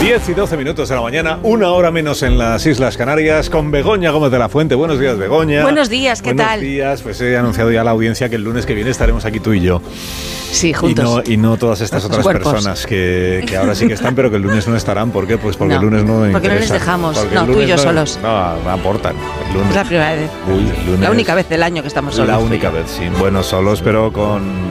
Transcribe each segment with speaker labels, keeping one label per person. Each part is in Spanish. Speaker 1: 10 y 12 minutos de la mañana, una hora menos en las Islas Canarias, con Begoña Gómez de la Fuente. Buenos días, Begoña.
Speaker 2: Buenos días, ¿qué
Speaker 1: Buenos
Speaker 2: tal?
Speaker 1: días, pues he anunciado ya a la audiencia que el lunes que viene estaremos aquí tú y yo.
Speaker 2: Sí, juntos.
Speaker 1: Y no, y no todas estas
Speaker 2: Nuestros
Speaker 1: otras
Speaker 2: cuerpos.
Speaker 1: personas que, que ahora sí que están, pero que el lunes no estarán. ¿Por qué? Pues porque
Speaker 2: No,
Speaker 1: el lunes no
Speaker 2: porque no les
Speaker 1: interesan.
Speaker 2: dejamos.
Speaker 1: Porque
Speaker 2: No,
Speaker 1: el
Speaker 2: tú y
Speaker 1: lunes
Speaker 2: yo solos.
Speaker 1: No, no aportan. El lunes.
Speaker 2: Es la primera vez.
Speaker 1: Uy, el lunes
Speaker 2: La única vez del año que estamos solos.
Speaker 1: La única vez, sí. Bueno, solos, pero con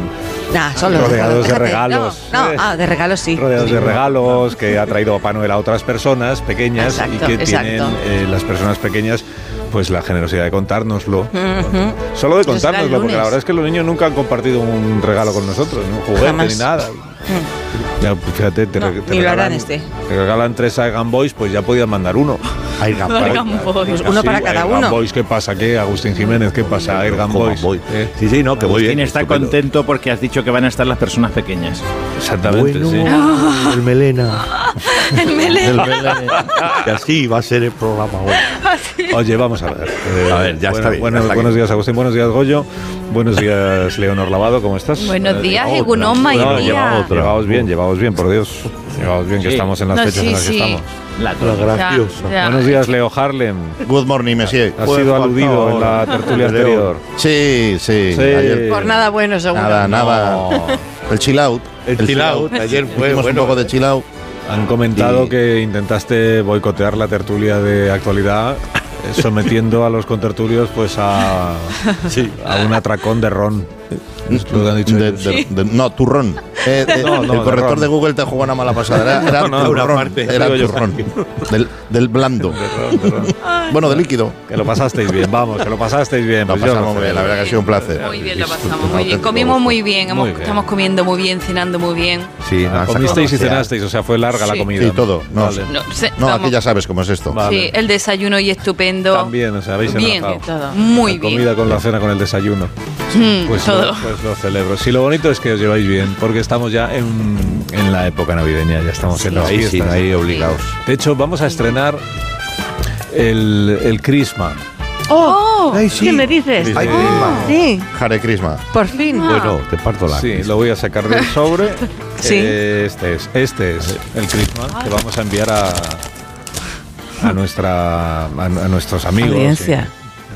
Speaker 2: Nah, solos.
Speaker 1: Rodeados de
Speaker 2: déjate.
Speaker 1: regalos. ¿eh?
Speaker 2: No, no, ah, de regalos sí.
Speaker 1: rodeados de regalos que ha traído Papá Noel a otras personas pequeñas
Speaker 2: Exacto,
Speaker 1: y que
Speaker 2: exacto.
Speaker 1: tienen eh, las personas pequeñas pues la generosidad de contárnoslo.
Speaker 2: Ujú.
Speaker 1: Solo de
Speaker 2: Eso será el
Speaker 1: contárnoslo, porque la
Speaker 2: lunes.
Speaker 1: verdad es que los niños nunca han compartido un regalo con nosotros, ni un juguete
Speaker 2: Jamás. Mm.
Speaker 1: ni nada. Ya, fíjate, te,
Speaker 2: No,
Speaker 1: reg- te
Speaker 2: ni lo harán
Speaker 1: regalan,
Speaker 2: este.
Speaker 1: te regalan tres Aigan Boys, pues ya podían mandar uno. Aigan
Speaker 2: Aigan Boys. Pues uno para cada uno.
Speaker 1: Boys, ¿qué pasa? ¿Qué? Agustín Jiménez, ¿qué pasa? Aigan Boys. ¿Eh?
Speaker 3: Sí, sí, no, que voy
Speaker 4: Agustín está contento porque has dicho que van a estar las personas pequeñas.
Speaker 1: Exactamente, sí.
Speaker 3: El melena.
Speaker 2: El
Speaker 3: El
Speaker 2: melena.
Speaker 3: melena. Y así va a ser el programa hoy.
Speaker 1: Oye, vamos a ver. Eh,
Speaker 3: A ver, ya
Speaker 1: bueno,
Speaker 3: está bien,
Speaker 1: bueno,
Speaker 3: ya está
Speaker 1: buenos
Speaker 3: bien.
Speaker 1: días, Agustín. Buenos días, Goyo. Buenos días, Leonor Lavado. ¿Cómo estás?
Speaker 5: Buenos días,
Speaker 1: llevamos-
Speaker 5: Egunon, mayoría.
Speaker 1: llevamos- Llevaos bien, llevaos bien, por Dios. Llevaos bien, que
Speaker 4: Sí.
Speaker 1: estamos en las
Speaker 5: No,
Speaker 1: fechas
Speaker 5: sí,
Speaker 1: en las que
Speaker 5: sí.
Speaker 1: estamos.
Speaker 4: La
Speaker 3: La
Speaker 4: torre.
Speaker 3: graciosa.
Speaker 5: Ya.
Speaker 1: Buenos días, Leo Harlem.
Speaker 6: Good morning, monsieur.
Speaker 1: Has
Speaker 3: Pues,
Speaker 1: sido
Speaker 3: por
Speaker 1: aludido
Speaker 3: favor.
Speaker 1: en la tertulia
Speaker 3: Leo.
Speaker 1: anterior.
Speaker 6: Sí, sí.
Speaker 1: Sí.
Speaker 6: Ayer,
Speaker 2: Por nada bueno, seguro.
Speaker 6: nada, nada. El chill out.
Speaker 3: El chill out, ayer fue,
Speaker 6: Hicimos
Speaker 3: bueno.
Speaker 6: un poco de chill out.
Speaker 1: Han comentado
Speaker 6: Y-
Speaker 1: que intentaste boicotear la tertulia de actualidad eh, sometiendo a los contertulios pues a, a un atracón de ron. Es lo que han dicho
Speaker 6: De-
Speaker 1: ellos.
Speaker 6: de- de- no, turrón. Eh, eh,
Speaker 1: No, no, de
Speaker 6: el corrector
Speaker 1: ron.
Speaker 6: de Google te jugó una mala pasada. Era, era
Speaker 1: No, no,
Speaker 3: una
Speaker 6: turrón.
Speaker 3: parte,
Speaker 6: era
Speaker 3: digo yo.
Speaker 6: turrón. Del, del blando.
Speaker 1: De ron, de ron.
Speaker 6: Bueno, de líquido.
Speaker 1: Que lo pasasteis bien, vamos, que lo pasasteis bien.
Speaker 6: Lo
Speaker 1: pues yo
Speaker 6: pasamos
Speaker 1: no
Speaker 6: muy
Speaker 1: sé.
Speaker 6: bien, la verdad que ha sido un placer.
Speaker 5: Muy bien, lo
Speaker 6: Un
Speaker 5: pasamos muy bien.
Speaker 6: auténtico
Speaker 5: Comimos
Speaker 6: gusto.
Speaker 5: muy bien, hemos-
Speaker 1: Muy bien.
Speaker 5: estamos comiendo muy bien, cenando muy bien.
Speaker 6: Sí,
Speaker 1: Ah,
Speaker 6: no,
Speaker 1: Comisteis y
Speaker 6: sí,
Speaker 1: cenasteis, o sea, fue larga la
Speaker 5: Sí.
Speaker 1: comida.
Speaker 6: Sí, todo. No,
Speaker 1: Vale.
Speaker 5: No, se-
Speaker 6: no
Speaker 5: vamos.
Speaker 6: aquí ya sabes cómo es esto.
Speaker 1: Vale.
Speaker 5: Sí, el desayuno y estupendo.
Speaker 1: También, o sea, habéis
Speaker 5: bien, todo.
Speaker 1: enlazado.
Speaker 5: muy
Speaker 1: La comida
Speaker 5: bien.
Speaker 1: con la cena, con el desayuno.
Speaker 5: Mm,
Speaker 1: Pues,
Speaker 5: todo.
Speaker 1: Lo, pues lo celebro. Sí, lo bonito es que os lleváis bien, porque estamos ya en, en la época navideña, ya estamos en las
Speaker 6: Ahí sí,
Speaker 1: fiestas.
Speaker 6: ahí obligados.
Speaker 1: De hecho, vamos a estrenar el, el Crisma.
Speaker 2: ¡Oh!
Speaker 3: Ay, sí.
Speaker 2: ¿Qué me dices?
Speaker 6: Ay,
Speaker 2: Ah, sí,
Speaker 6: Hare Krishna.
Speaker 2: por
Speaker 5: Ah,
Speaker 2: fin.
Speaker 3: Bueno, te parto la.
Speaker 1: Sí, lo voy a sacar del sobre.
Speaker 2: Sí.
Speaker 1: Eh, Este es, este es el Crisma que vamos a enviar a, a, nuestra, a, a nuestros amigos.
Speaker 2: Audiencia.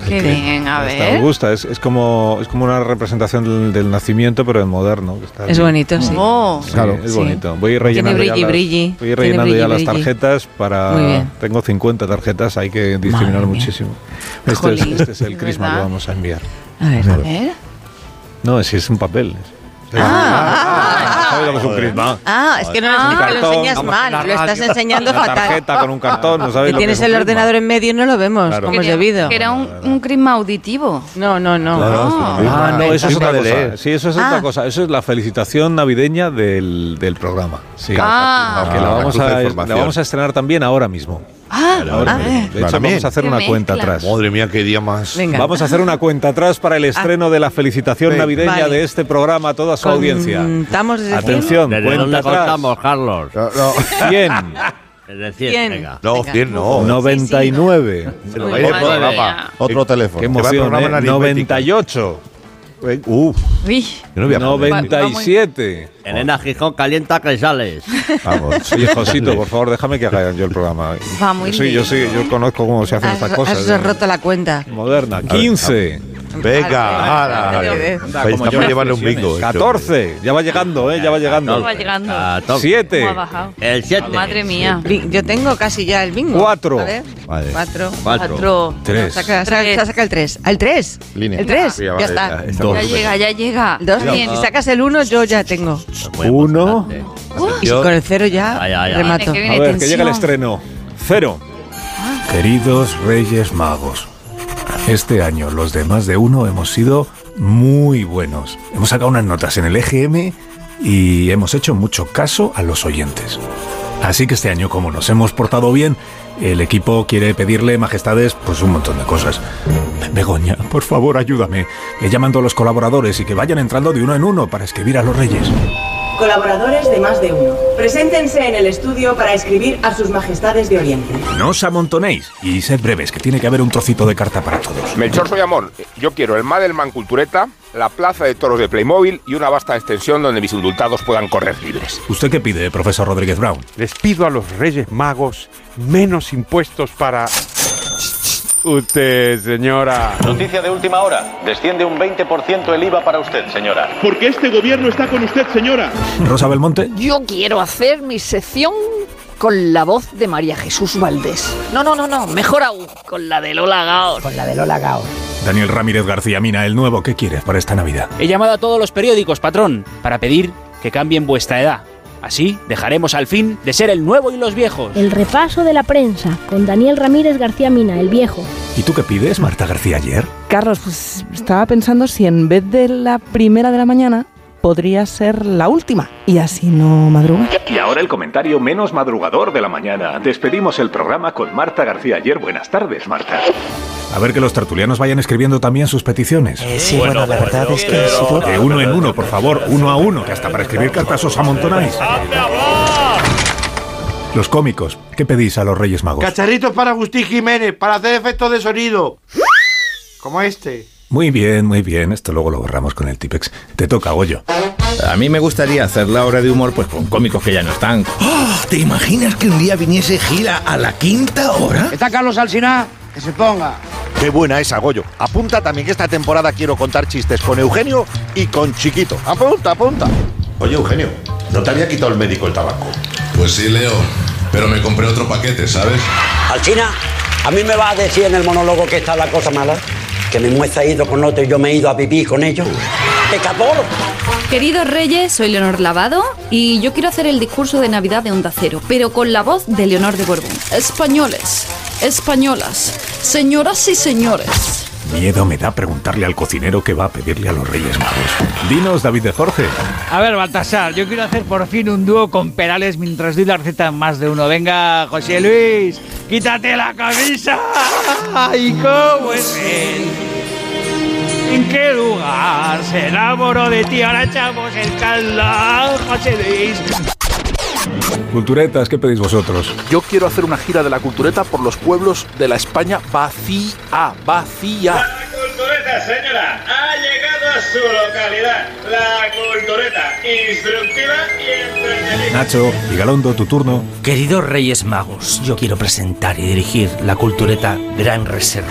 Speaker 5: Qué bien, a
Speaker 1: este, Está, me
Speaker 5: ver.
Speaker 1: gusta, es, es como, es como una representación del, del nacimiento, pero en moderno. que está
Speaker 2: Es
Speaker 1: bien.
Speaker 2: bonito, sí.
Speaker 5: Oh,
Speaker 1: Sí,
Speaker 2: Claro.
Speaker 1: es
Speaker 2: Sí.
Speaker 1: bonito. Voy rellenando
Speaker 2: Tiene brilli,
Speaker 1: ya, las,
Speaker 2: brilli.
Speaker 1: voy
Speaker 2: Tiene
Speaker 1: rellenando
Speaker 2: brilli,
Speaker 1: ya las
Speaker 2: brilli.
Speaker 1: tarjetas
Speaker 2: Muy
Speaker 1: para...
Speaker 2: bien.
Speaker 1: Tengo 50 tarjetas, hay que discriminar
Speaker 2: Madre mía.
Speaker 1: muchísimo. Este es,
Speaker 5: Jolín,
Speaker 1: este es el
Speaker 5: es
Speaker 1: crisma que
Speaker 5: verdad.
Speaker 1: vamos a enviar.
Speaker 2: A ver.
Speaker 5: a ver.
Speaker 1: No, si es un papel. Ah,
Speaker 2: Ah,
Speaker 1: ¿Sabes lo que es un crisma?
Speaker 2: ah, es que no
Speaker 5: Ah.
Speaker 2: lo, que lo
Speaker 1: Cartón,
Speaker 2: enseñas
Speaker 1: vamos,
Speaker 2: mal, lo estás enseñando
Speaker 1: Una
Speaker 2: fatal.
Speaker 1: tarjeta con un cartón, no sabes
Speaker 2: Que
Speaker 1: lo que
Speaker 2: tienes
Speaker 1: es un
Speaker 2: el
Speaker 1: crisma.
Speaker 2: ordenador en medio y no lo vemos,
Speaker 1: Claro.
Speaker 2: como es
Speaker 5: Era-
Speaker 2: debido.
Speaker 5: que Era un, un crisma auditivo.
Speaker 2: No, no, no.
Speaker 1: Ah, no, eso es otra
Speaker 3: de
Speaker 1: cosa.
Speaker 3: leer.
Speaker 1: Sí, eso es otra
Speaker 2: Ah.
Speaker 1: cosa. Eso es la felicitación navideña del, del programa. Sí.
Speaker 5: Ah,
Speaker 1: Que la,
Speaker 6: Ah,
Speaker 1: vamos
Speaker 6: la cruz de
Speaker 1: a, la
Speaker 6: información.
Speaker 1: vamos a estrenar también ahora mismo.
Speaker 5: ah,
Speaker 1: Ahora
Speaker 2: a
Speaker 1: mismo.
Speaker 2: ver.
Speaker 1: De hecho,
Speaker 3: También.
Speaker 1: vamos a hacer
Speaker 5: Qué
Speaker 1: una cuenta
Speaker 5: mezcla.
Speaker 1: atrás.
Speaker 3: Madre mía, qué día más.
Speaker 2: eh. Venga.
Speaker 1: Vamos a hacer una cuenta atrás para el estreno de la felicitación navideña
Speaker 2: Ah. Vale.
Speaker 1: de este programa a toda su audiencia.
Speaker 2: Contamos desde
Speaker 1: Atención, cuenta atrás.
Speaker 4: Carlos?
Speaker 6: No, no.
Speaker 1: 100,
Speaker 4: Desde
Speaker 2: cien, Cien. venga.
Speaker 3: No,
Speaker 2: Venga.
Speaker 3: 100 no.
Speaker 1: 99,
Speaker 3: Se nos va a ir el
Speaker 5: Madre
Speaker 3: programa.
Speaker 5: mía.
Speaker 6: Otro teléfono.
Speaker 1: qué
Speaker 3: va el
Speaker 1: emoción,
Speaker 3: programa
Speaker 1: ¿eh?
Speaker 3: en aritmética.
Speaker 1: 98,
Speaker 3: Uf,
Speaker 5: Uy,
Speaker 3: yo no voy a poder.
Speaker 1: 97.
Speaker 4: Elena Gijón calienta que sales.
Speaker 6: Vamos.
Speaker 1: Oye, Josito, por favor, déjame que haga yo el programa.
Speaker 5: Va muy
Speaker 1: yo, soy- yo, soy- yo conozco cómo se hacen
Speaker 2: Has,
Speaker 1: estas
Speaker 2: has
Speaker 1: cosas. ¿eh?
Speaker 2: roto la cuenta.
Speaker 1: Moderna, 15,
Speaker 3: Venga, eh.
Speaker 2: Vale,
Speaker 3: ahora.
Speaker 2: vale, vale.
Speaker 4: Anda,
Speaker 3: Ahí
Speaker 4: como
Speaker 3: Estamos
Speaker 4: yo en
Speaker 3: llevando un
Speaker 4: sesiones.
Speaker 3: bingo. este hombre.
Speaker 1: 14, ya va llegando, ¿eh? Ya va llegando.
Speaker 5: va llegando.
Speaker 1: Siete.
Speaker 5: ¿Cómo ha bajado?
Speaker 4: El 7.
Speaker 5: Madre mía.
Speaker 2: Bi- Yo tengo casi ya el bingo.
Speaker 1: Cuatro.
Speaker 2: A ver,
Speaker 3: Vale.
Speaker 2: Cuatro.
Speaker 5: Cuatro.
Speaker 1: Tres.
Speaker 2: Saca, saca,
Speaker 5: Tres.
Speaker 2: saca el tres. ¿Al tres?
Speaker 6: Línea.
Speaker 2: El tres.
Speaker 3: Sí,
Speaker 2: Ya,
Speaker 3: vale,
Speaker 2: está.
Speaker 5: Ya
Speaker 3: ya
Speaker 5: llega, ya llega.
Speaker 2: Dos.
Speaker 5: Bien.
Speaker 2: Si sacas el uno, yo ya tengo.
Speaker 1: Uno.
Speaker 2: Y si con el cero ya
Speaker 4: Ay, ay, ay.
Speaker 2: remato.
Speaker 5: Viene,
Speaker 1: A ver, que
Speaker 5: tensión.
Speaker 1: llega el estreno. Cero.
Speaker 7: Queridos Reyes Magos, este año los demás de uno hemos sido muy buenos. Hemos sacado unas notas en el EGM y hemos hecho mucho caso a los oyentes. Así que este año, como nos hemos portado bien, el equipo quiere pedirle, majestades, pues un montón de cosas. Be- Begoña, por favor, ayúdame. Que llaman todos los colaboradores y que vayan entrando de uno en uno para escribir a los reyes.
Speaker 8: Colaboradores de más de uno. Preséntense en el estudio para escribir a sus majestades de Oriente.
Speaker 1: No os amontonéis y sed breves, que tiene que haber un trocito de carta para todos.
Speaker 9: Melchor Soyamón, yo quiero el Madelman Cultureta, la plaza de toros de Playmobil y una vasta extensión donde mis indultados puedan correr libres.
Speaker 1: ¿Usted qué pide, profesor Rodríguez Brown?
Speaker 10: Les pido a los Reyes Magos menos impuestos para... Usted, señora.
Speaker 11: Noticia de última hora. Desciende un 20% el IVA para usted, señora.
Speaker 12: Porque este gobierno está con usted, señora.
Speaker 1: Rosa Belmonte.
Speaker 13: Yo quiero hacer mi sección con la voz de María Jesús Valdés. No, no, no, no. Mejor aún, con la de Lola Gaos. Con la de Lola Gaos.
Speaker 1: Daniel Ramírez García Mina, el nuevo, ¿qué quieres para esta Navidad?
Speaker 14: He llamado a todos los periódicos, patrón, para pedir que cambien vuestra edad. Así dejaremos al fin de ser el nuevo y los viejos.
Speaker 15: El repaso de la prensa con Daniel Ramírez García Mina, el viejo.
Speaker 1: ¿Y tú qué pides, Marta García, ayer?
Speaker 16: Carlos, pues estaba pensando si en vez de la primera de la mañana podría ser la última y así no madruga.
Speaker 17: Y ahora el comentario menos madrugador de la mañana. Despedimos el programa con Marta García ayer. Buenas tardes, Marta.
Speaker 1: A ver que los tertulianos vayan escribiendo también sus peticiones.
Speaker 2: Eh, sí, bueno, la verdad es que ha sido-
Speaker 1: De uno en uno, por favor, uno a uno, que hasta para escribir cartas os amontonáis. Los cómicos, ¿qué pedís a los Reyes Magos?
Speaker 3: Cacharritos para Agustín Jiménez, para hacer efectos de sonido. Como este.
Speaker 1: Muy bien, muy bien. Esto luego lo borramos con el Tipex. Te toca, Goyo.
Speaker 6: A mí me gustaría hacer la hora de humor pues con cómicos que ya no están.
Speaker 4: ¿Te imaginas que un día viniese gira a la quinta hora? Está Carlos Alsina, que se ponga.
Speaker 6: Qué buena esa, Goyo. Apunta también que esta temporada quiero contar chistes con Eugenio y con Chiquito. Apunta, apunta. Oye, Eugenio, ¿no te había quitado el médico el tabaco?
Speaker 18: Pues sí, Leo, pero me compré otro paquete, ¿sabes?
Speaker 19: Alcina, a mí me vas a decir en el monólogo que está la cosa mala, que mi muestra ha ido con otro y yo me he ido a vivir con ellos. ¡Pecador!
Speaker 5: Queridos Reyes, soy Leonor Lavado y yo quiero hacer el discurso de Navidad de Onda Cero, pero con la voz de Leonor de Borbón. Españoles, españolas, señoras y señores.
Speaker 1: Miedo me da preguntarle al cocinero qué va a pedirle a los Reyes Magos. Dinos, David de Jorge.
Speaker 20: A ver, Baltasar, yo quiero hacer por fin un dúo con Perales mientras doy la receta en más de uno. Venga, José Luis, quítate la camisa. ¿Y cómo es él? ¿En qué lugar se enamoró de ti? Ahora echamos el caldo, José Luis.
Speaker 1: Culturetas, ¿qué pedís vosotros?
Speaker 21: Yo quiero hacer una gira de la cultureta por los pueblos de la España vacía, vacía.
Speaker 22: Cultureta, señora, ha llegado a su localidad la cultureta instructiva y entretenida.
Speaker 1: Nacho, Vigalondo, tu turno.
Speaker 2: Queridos Reyes Magos, yo quiero presentar y dirigir la cultureta Gran Reserva.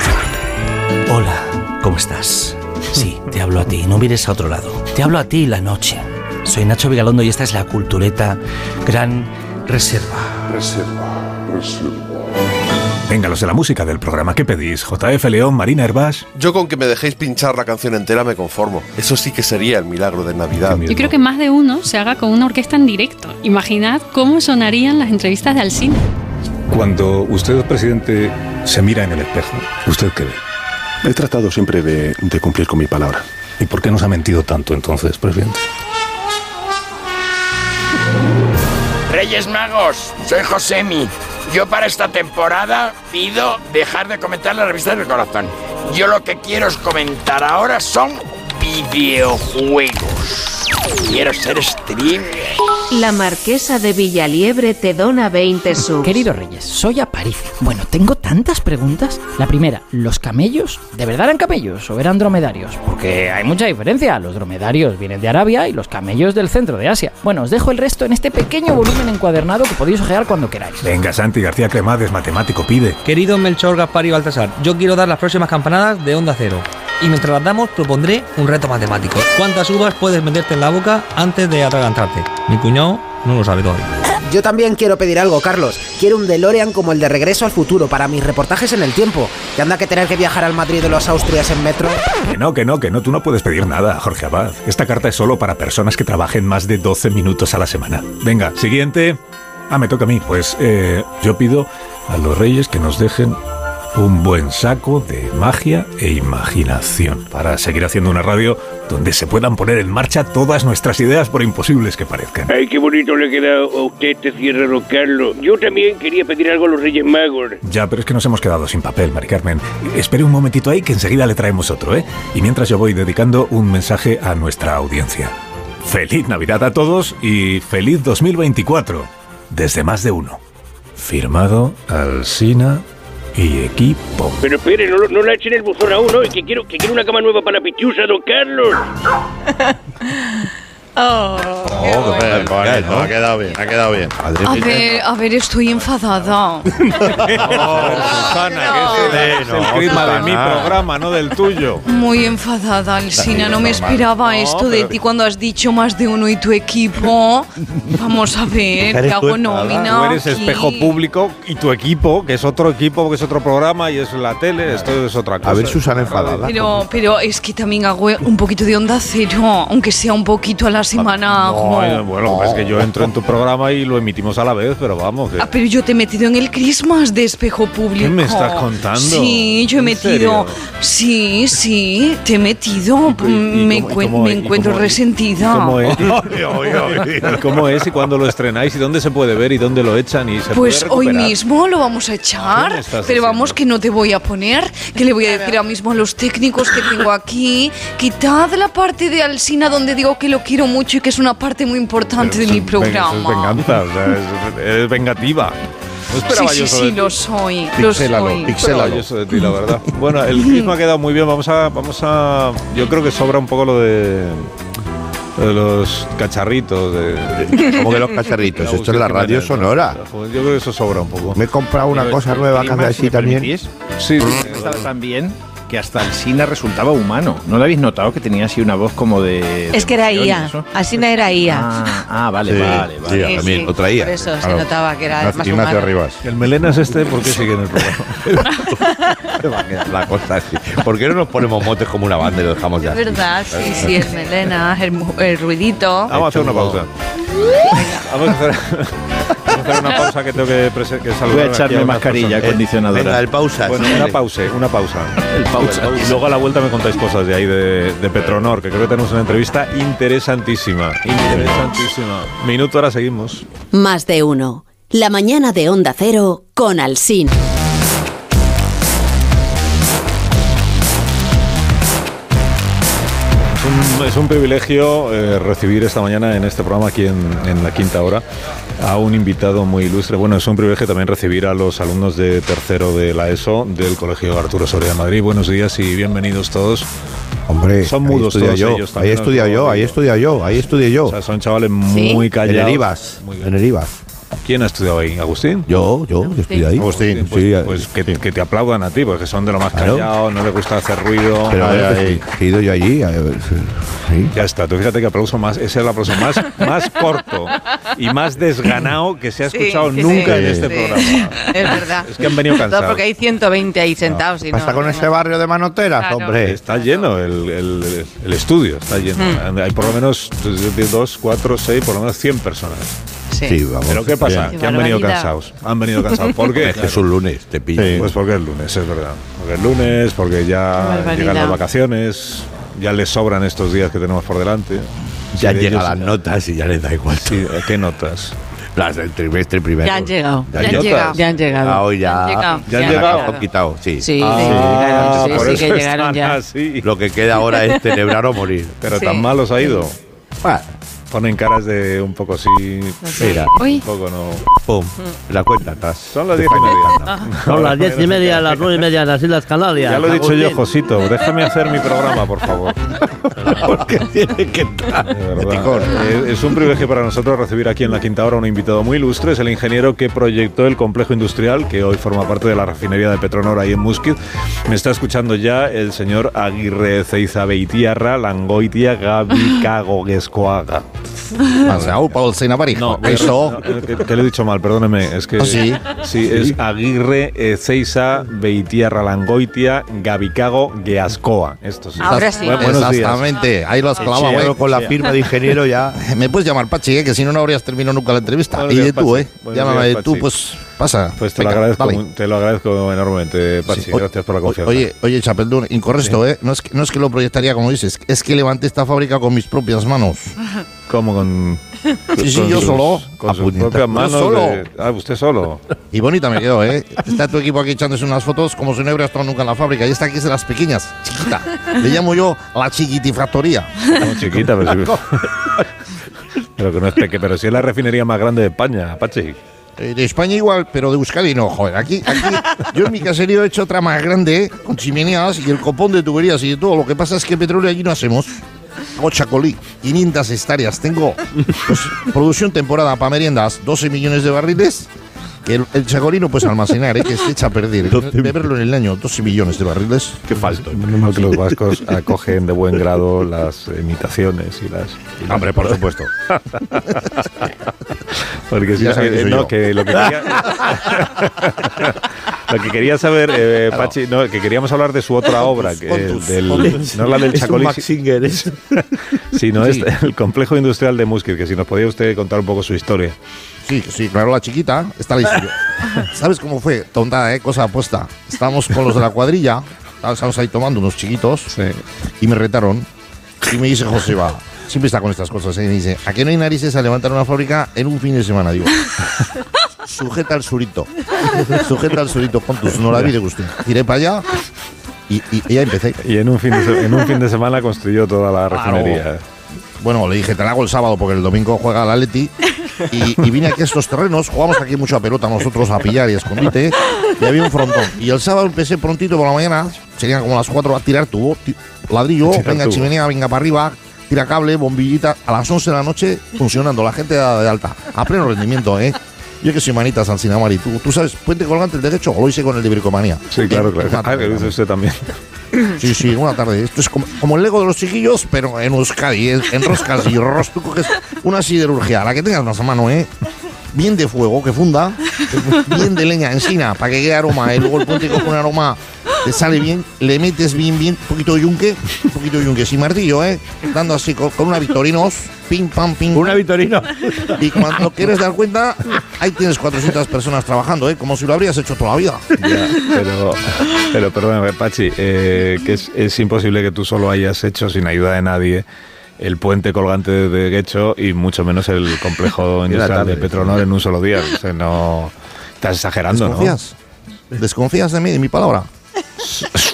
Speaker 2: Hola, ¿cómo estás? Sí, te hablo a ti, no mires a otro lado. Te hablo a ti la noche. Soy Nacho Vigalondo y esta es la cultureta Gran Reserva. Reserva, reserva.
Speaker 1: Venga, los de la música del programa, ¿qué pedís? JF León, Marina Herbás.
Speaker 23: Yo con que me dejéis pinchar la canción entera me conformo. Eso sí que sería el milagro de Navidad.
Speaker 24: Yo creo que más de uno se haga con una orquesta en directo. Imaginad cómo sonarían las entrevistas de Alsina.
Speaker 1: Cuando usted, presidente, se mira en el espejo, ¿usted qué ve?
Speaker 25: He tratado siempre de, de cumplir con mi palabra.
Speaker 1: ¿Y por qué nos ha mentido tanto entonces, presidente?
Speaker 26: Reyes Magos, soy Josemi. Yo para esta temporada pido dejar de comentar las revistas del corazón. Yo lo que quiero es comentar ahora son videojuegos. Quiero ser streamer.
Speaker 27: La marquesa de Villaliebre te dona 20 subs.
Speaker 28: Querido Reyes, soy Aparicio. Bueno, tengo tantas preguntas. La primera, ¿los camellos de verdad eran camellos o eran dromedarios? Porque hay mucha diferencia. Los dromedarios vienen de Arabia y los camellos del centro de Asia. Bueno, os dejo el resto en este pequeño volumen encuadernado que podéis ojear cuando queráis.
Speaker 1: Venga, Santi García Cremades, matemático, pide.
Speaker 29: Querido Melchor, Gaspar y Baltasar, yo quiero dar las próximas campanadas de Onda Cero. Y mientras las damos, propondré un reto matemático. ¿Cuántas uvas puedes meterte en la boca antes de atragantarte? Mi cuñado no lo sabe todavía.
Speaker 30: Yo también quiero pedir algo, Carlos. Quiero un DeLorean como el de Regreso al Futuro para mis reportajes en el tiempo. Que anda que tener que viajar al Madrid de los Austrias en metro.
Speaker 1: Que no, que no, que no, tú no puedes pedir nada, Jorge Abad. Esta carta es solo para personas que trabajen más de 12 minutos a la semana. Venga, siguiente. Ah, me toca a mí. Pues eh, yo pido a los reyes que nos dejen un buen saco de magia e imaginación para seguir haciendo una radio donde se puedan poner en marcha todas nuestras ideas por imposibles que parezcan.
Speaker 31: Ay, qué bonito le queda a usted este cierre, don Carlos. Yo también quería pedir algo a los Reyes Magos.
Speaker 1: Ya, pero es que nos hemos quedado sin papel, Mari Carmen. Espere un momentito ahí que enseguida le traemos otro, ¿eh? Y mientras yo voy dedicando un mensaje a nuestra audiencia.
Speaker 32: Feliz Navidad a todos y feliz 2024. Desde más de uno. Firmado Alsina y equipo.
Speaker 4: Pero espere, no, lo- no la echen el buzón aún, ¿no? Y que quiero, que quiero una cama nueva para la pichusa, don Carlos.
Speaker 5: Oh.
Speaker 33: Oh, qué bonito, Ha quedado bien, ha quedado bien.
Speaker 5: A ver, a ver, estoy enfadada.
Speaker 32: es el clima de mi programa, no del tuyo.
Speaker 5: Muy enfadada, Alsina. No me esperaba esto de ti cuando has dicho más de uno y tu equipo. Vamos a ver, te hago nómina.
Speaker 1: Tú eres
Speaker 5: aquí.
Speaker 1: espejo público y tu equipo, que es otro equipo, que es otro programa y es la tele, esto es otra cosa.
Speaker 3: A ver, Susana enfadada.
Speaker 5: Pero,
Speaker 1: pues,
Speaker 5: pero es que también hago un poquito de onda cero, aunque sea un poquito a la semana. como-
Speaker 1: Ah, Ay, eh, bueno, pues es que yo entro en tu programa y lo emitimos a la vez, pero vamos. eh. que-
Speaker 5: Ah, pero yo te he metido en el Christmas de espejo público.
Speaker 1: ¿Qué me estás contando?
Speaker 5: Sí, yo he
Speaker 1: ¿En
Speaker 5: metido.
Speaker 1: serio?
Speaker 5: Sí, sí, te he metido. mm, me
Speaker 1: cómo- y
Speaker 5: encuen-
Speaker 1: cómo-
Speaker 5: me
Speaker 1: y
Speaker 5: encuentro
Speaker 1: cómo-
Speaker 5: resentida.
Speaker 1: ¿Cómo es? ¿Y ¿Cómo es y cuándo lo estrenáis y dónde se puede ver y dónde lo echan y se
Speaker 5: Pues
Speaker 1: puede
Speaker 5: hoy
Speaker 1: recuperar?
Speaker 5: mismo lo vamos a
Speaker 1: ¿Qué me
Speaker 5: echar,
Speaker 1: estás
Speaker 5: pero
Speaker 1: diciendo?
Speaker 5: vamos que no te voy a poner, que le voy a decir ahora mismo a los técnicos que tengo aquí, quitad la parte de Alsina donde digo que lo quiero mucho y que es una parte muy importante de mi
Speaker 1: Venga, eso es
Speaker 5: programa.
Speaker 1: venganza, o sea, es, es vengativa. No
Speaker 5: Sí,
Speaker 1: esperaba
Speaker 5: sí,
Speaker 1: yo eso de
Speaker 5: sí,
Speaker 1: ti.
Speaker 5: lo soy, lo soy.
Speaker 1: Pixélalo, pixélalo. Yo eso de ti, la verdad. Bueno, el clima ha quedado muy bien. Vamos a, vamos a. Yo creo que sobra un poco lo de. lo de los cacharritos. De,
Speaker 3: ¿Cómo que los cacharritos? Pues Esto es la radio sonora.
Speaker 1: Yo creo que eso sobra un poco.
Speaker 3: Me he comprado una
Speaker 1: Pero
Speaker 3: cosa
Speaker 1: el
Speaker 3: nueva
Speaker 1: clima,
Speaker 3: cada
Speaker 1: si me
Speaker 3: así también.
Speaker 1: permitís, Sí.
Speaker 4: Estaba tan bien que hasta el Sina resultaba humano. ¿No lo habéis notado que tenía así una voz como de...
Speaker 2: Es que era
Speaker 4: emoción y
Speaker 2: IA,
Speaker 4: eso?
Speaker 2: así no era IA.
Speaker 4: Ah, ah, vale,
Speaker 3: Sí,
Speaker 4: vale, vale.
Speaker 3: sí, a mí lo traía.
Speaker 2: Por eso
Speaker 3: Claro.
Speaker 2: se notaba que era más
Speaker 3: Ignacio
Speaker 2: humano.
Speaker 3: Rivas.
Speaker 1: El melena es este porque sigue en el programa.
Speaker 3: Se va a quedar la cosa así. ¿Por qué no nos ponemos motes como una banda y lo dejamos ya?
Speaker 2: Es verdad, sí, sí, el melena, el, mu- el ruidito.
Speaker 1: Vamos a hacer una pausa. Vamos a hacer, vamos a hacer una pausa que tengo que, prese- que saludar.
Speaker 4: Voy a
Speaker 1: aquí
Speaker 4: echarme
Speaker 1: unas
Speaker 4: mascarilla
Speaker 1: personas.
Speaker 4: acondicionadora. Venga, el
Speaker 3: pausa,
Speaker 1: Bueno,
Speaker 4: sí.
Speaker 1: una pausa, eh, una pausa.
Speaker 4: El pausa.
Speaker 1: Y luego a la vuelta me contáis cosas de ahí de, de Petronor, que creo que tenemos una entrevista interesantísima. Interesantísima. Minuto, ahora seguimos.
Speaker 34: Más de uno. La mañana de Onda Cero con Alsina.
Speaker 1: Es un, es un privilegio eh, recibir esta mañana en este programa, aquí en, en la quinta hora, a un invitado muy ilustre. Bueno, es un privilegio también recibir a los alumnos de tercero de la ESO del Colegio Arturo Soria de Madrid. Buenos días y bienvenidos todos.
Speaker 3: Hombre,
Speaker 1: son
Speaker 3: ahí
Speaker 1: mudos
Speaker 3: estudia
Speaker 1: todos
Speaker 3: yo,
Speaker 1: ellos
Speaker 3: ahí
Speaker 1: también.
Speaker 3: estudia yo, ahí estudia yo, ahí estudia yo.
Speaker 1: O sea, son chavales
Speaker 3: Sí.
Speaker 1: muy callados.
Speaker 3: En Erivas,
Speaker 1: Muy-
Speaker 3: en Erivas.
Speaker 1: ¿Quién ha estudiado ahí? ¿Agustín?
Speaker 3: Yo, yo,
Speaker 35: Ah,
Speaker 3: yo estudié ahí.
Speaker 1: Agustín, pues, pues que, que te aplaudan a ti, porque son de lo más
Speaker 3: Claro.
Speaker 1: callados, no les gusta hacer ruido.
Speaker 3: Pero a ver, he ido yo allí. a ver, sí.
Speaker 1: Ya está, tú fíjate que aplauso más, ese es el aplauso más, más corto y más desganado que se ha
Speaker 2: Sí,
Speaker 1: escuchado
Speaker 2: sí, sí,
Speaker 1: nunca en este
Speaker 2: sí.
Speaker 1: programa.
Speaker 2: Es verdad.
Speaker 1: Es que han venido
Speaker 2: Todo
Speaker 1: cansados.
Speaker 2: porque hay 120 ahí sentados. y no-
Speaker 3: con ese barrio de manoteras,
Speaker 2: Claro.
Speaker 3: hombre.
Speaker 1: Está lleno el, el- el estudio, está lleno.
Speaker 2: Mm.
Speaker 1: Hay por lo menos de dos, cuatro, seis, por lo menos 100 personas.
Speaker 2: Sí.
Speaker 3: Sí, vamos.
Speaker 1: Pero ¿qué pasa?
Speaker 3: Oh, Bien.
Speaker 1: Que han venido
Speaker 3: Barbaridad.
Speaker 1: cansados. Han venido cansados. ¿Por qué?
Speaker 3: Es que es un lunes, te pillo.
Speaker 1: Sí, pues porque es lunes, es verdad. Porque es lunes, porque ya
Speaker 2: barbaridad.
Speaker 1: llegan las vacaciones, ya les sobran estos días que tenemos por delante.
Speaker 3: Ya
Speaker 1: de
Speaker 3: llegan
Speaker 1: ellos- eh,
Speaker 3: las notas y ya les da igual.
Speaker 1: ¿Qué notas?
Speaker 3: Las del trimestre primero.
Speaker 2: Ya han llegado.
Speaker 3: Ya
Speaker 2: Ya han
Speaker 3: notas.
Speaker 2: llegado. Ya han llegado.
Speaker 3: Ah, hoy ya.
Speaker 2: Ya han llegado.
Speaker 1: Ya han llegado.
Speaker 3: Lo han quitado, sí.
Speaker 2: Sí,
Speaker 1: Ah,
Speaker 2: sí, llegaron, sí,
Speaker 1: por
Speaker 2: sí,
Speaker 1: eso
Speaker 2: que llegaron
Speaker 1: están
Speaker 2: ya.
Speaker 1: así.
Speaker 3: Lo que queda ahora es celebrar o morir.
Speaker 1: Pero
Speaker 2: Sí.
Speaker 1: tan mal os ha ido.
Speaker 3: Bueno.
Speaker 1: Ponen caras de un poco así.
Speaker 2: sé.
Speaker 1: Mira,
Speaker 2: Uy.
Speaker 1: un poco no.
Speaker 3: Pum.
Speaker 2: Mm.
Speaker 3: La cuenta atrás.
Speaker 1: Son las diez y media.
Speaker 2: Ah.
Speaker 35: Son las diez y media, las nueve y media en las Islas Canarias.
Speaker 1: Ya lo he dicho yo,
Speaker 35: Agustín.
Speaker 1: Josito. Déjame hacer mi programa, por favor.
Speaker 3: Porque tiene que entrar.
Speaker 1: De verdad. Eh, Es un privilegio para nosotros recibir aquí en la quinta hora un invitado muy ilustre. Es el ingeniero que proyectó el complejo industrial que hoy forma parte de la refinería de Petronor ahí en Musquid. Me está escuchando ya el señor Aguirre Ceizabeitia Langoitia Gabi Cagoguescoaga.
Speaker 6: Paul Parijo.
Speaker 1: No, eso. Que, que lo he dicho mal, perdóneme. Es que.
Speaker 6: Ah, sí.
Speaker 1: Sí,
Speaker 6: Sí.
Speaker 1: es Aguirre, eh, Ceiza, Beitía, Ralangoitia, Gabicago, Geascoa. Esto sí.
Speaker 6: Ahora sí.
Speaker 1: Bueno, buenos días.
Speaker 6: Exactamente, ahí lo has
Speaker 1: Sí,
Speaker 6: clavado.
Speaker 1: sí,
Speaker 6: eh.
Speaker 1: con la firma de ingeniero ya.
Speaker 6: Me puedes llamar Pachi, eh, que si no, no habrías terminado nunca la entrevista.
Speaker 1: Buenos
Speaker 6: y de
Speaker 1: días,
Speaker 6: tú,
Speaker 1: Pachi.
Speaker 6: ¿eh?
Speaker 1: Buenos
Speaker 6: Llámame
Speaker 1: días,
Speaker 6: de tú,
Speaker 1: Pachi.
Speaker 6: pues pasa.
Speaker 1: Pues te lo,
Speaker 6: Venga,
Speaker 1: agradezco,
Speaker 6: dale.
Speaker 1: mu- te lo agradezco enormemente, Pachi. Gracias por la confianza.
Speaker 6: Oye, oye Chapeldún, incorrecto, ¿eh? No es, que, no es que lo proyectaría como dices, es que levanté esta fábrica con mis propias manos.
Speaker 1: ¿Cómo con.?
Speaker 6: Sí, sí,
Speaker 1: con
Speaker 6: yo
Speaker 1: sus-
Speaker 6: solo.
Speaker 1: Con sus
Speaker 6: Apuñeta.
Speaker 1: propias
Speaker 6: Yo
Speaker 1: manos.
Speaker 6: solo.
Speaker 1: de- ah, usted solo.
Speaker 6: Y bonita me quedó, ¿eh? Está tu equipo aquí echándose unas fotos como si no hubiera estado nunca en la fábrica. Y esta aquí es de las pequeñas, chiquita. Le llamo yo la chiquitifactoría.
Speaker 1: Como chiquita, pero sí. Pero que no es peque, pero sí es la refinería más grande de España, Apache.
Speaker 6: Eh, De España igual, pero de Euskadi no, joder. Aquí, aquí yo en mi caserío he hecho otra más grande, ¿eh? con chimeneas y el copón de tuberías y de todo. Lo que pasa es que petróleo allí no hacemos. Hago chacolí, 500 hectáreas tengo. Pues, producción temporada para meriendas, 12 millones de barriles. Que el, el chacolí no puedes almacenar, ¿eh? que se echa a perder. Beberlo en el año, 12 millones de barriles.
Speaker 1: Qué falto. Menos mal que los vascos acogen de buen grado las imitaciones y las.
Speaker 6: Hombre, por supuesto.
Speaker 1: Porque si
Speaker 6: Ya
Speaker 1: no,
Speaker 6: sabéis que
Speaker 1: eh,
Speaker 6: soy
Speaker 1: no,
Speaker 6: yo.
Speaker 1: que lo que quería, lo que quería saber, eh, Pachi, no, que queríamos hablar de su otra obra, que,
Speaker 36: Otus,
Speaker 1: del,
Speaker 36: otus.
Speaker 1: no la del
Speaker 36: Es un
Speaker 1: Chacolí,
Speaker 36: Max
Speaker 1: si-
Speaker 36: Singer, es-
Speaker 1: sino
Speaker 36: Sí.
Speaker 1: este, el complejo industrial de Musquit, que si nos podía usted contar un poco su historia.
Speaker 6: Sí, sí, claro, la chiquita está la historia. ¿Sabes cómo fue? Tontada, ¿eh? Cosa apuesta. Estábamos con los de la cuadrilla, estábamos ahí tomando unos chiquitos y me retaron. Y me dice José va, siempre está con estas cosas, ¿eh? y me dice, ¿a qué no hay narices a levantar una fábrica en un fin de semana? Digo, sujeta al surito, sujeta al surito, con tus no la vi de gusto. Tiré para allá y, y, y ya empecé.
Speaker 1: Y en un fin de, se- en un fin de semana construyó toda la
Speaker 6: Claro.
Speaker 1: refinería.
Speaker 6: Bueno, le dije, te la hago el sábado porque el domingo juega el Atleti. Y, y vine aquí a estos terrenos, jugamos aquí mucho a pelota nosotros a pillar y a escondite. Y había un frontón. Y el sábado empecé prontito por la mañana, serían como las 4 a tirar tubo, ti- ladrillo,
Speaker 36: Tirar
Speaker 6: venga
Speaker 36: tubo.
Speaker 6: chimenea, venga para arriba, tira cable, bombillita. A las 11 de la noche funcionando, la gente da de alta, a pleno rendimiento, ¿eh? Yo que soy manita Sansinamari, tú, tú sabes, puente colgante el derecho, lo hice con el de bricomanía.
Speaker 1: Sí, claro, claro.
Speaker 6: Una
Speaker 1: Ah, que lo hizo usted también.
Speaker 6: Sí, sí, una tarde. Esto es como, como el Lego de los chiquillos, pero en Euskadi, en, en roscas y roscas. Tú coges una siderurgia, la que tengas más a mano, ¿eh? Bien de fuego, que funda. Bien de leña, encina, para que quede aroma. Y luego el puente coge un aroma, te sale bien, le metes bien, bien, un poquito de yunque, un poquito de yunque, sin martillo, ¿eh? Dando así con, con una Victorinos, pim, pam, pim. Una Victorino. Y cuando quieres dar cuenta, ahí tienes 400 personas trabajando, ¿eh? Como si lo habrías hecho toda la vida.
Speaker 1: Ya, pero, pero perdóname, Pachi, eh, que es, es imposible que tú solo hayas hecho, sin ayuda de nadie, el puente colgante de Guecho y mucho menos el complejo
Speaker 6: Era
Speaker 1: industrial
Speaker 6: tarde.
Speaker 1: de Petronor en un solo día. O sea, no. Estás exagerando, ¿no?
Speaker 6: ¿Desconfías? ¿Desconfías de mí, de mi palabra?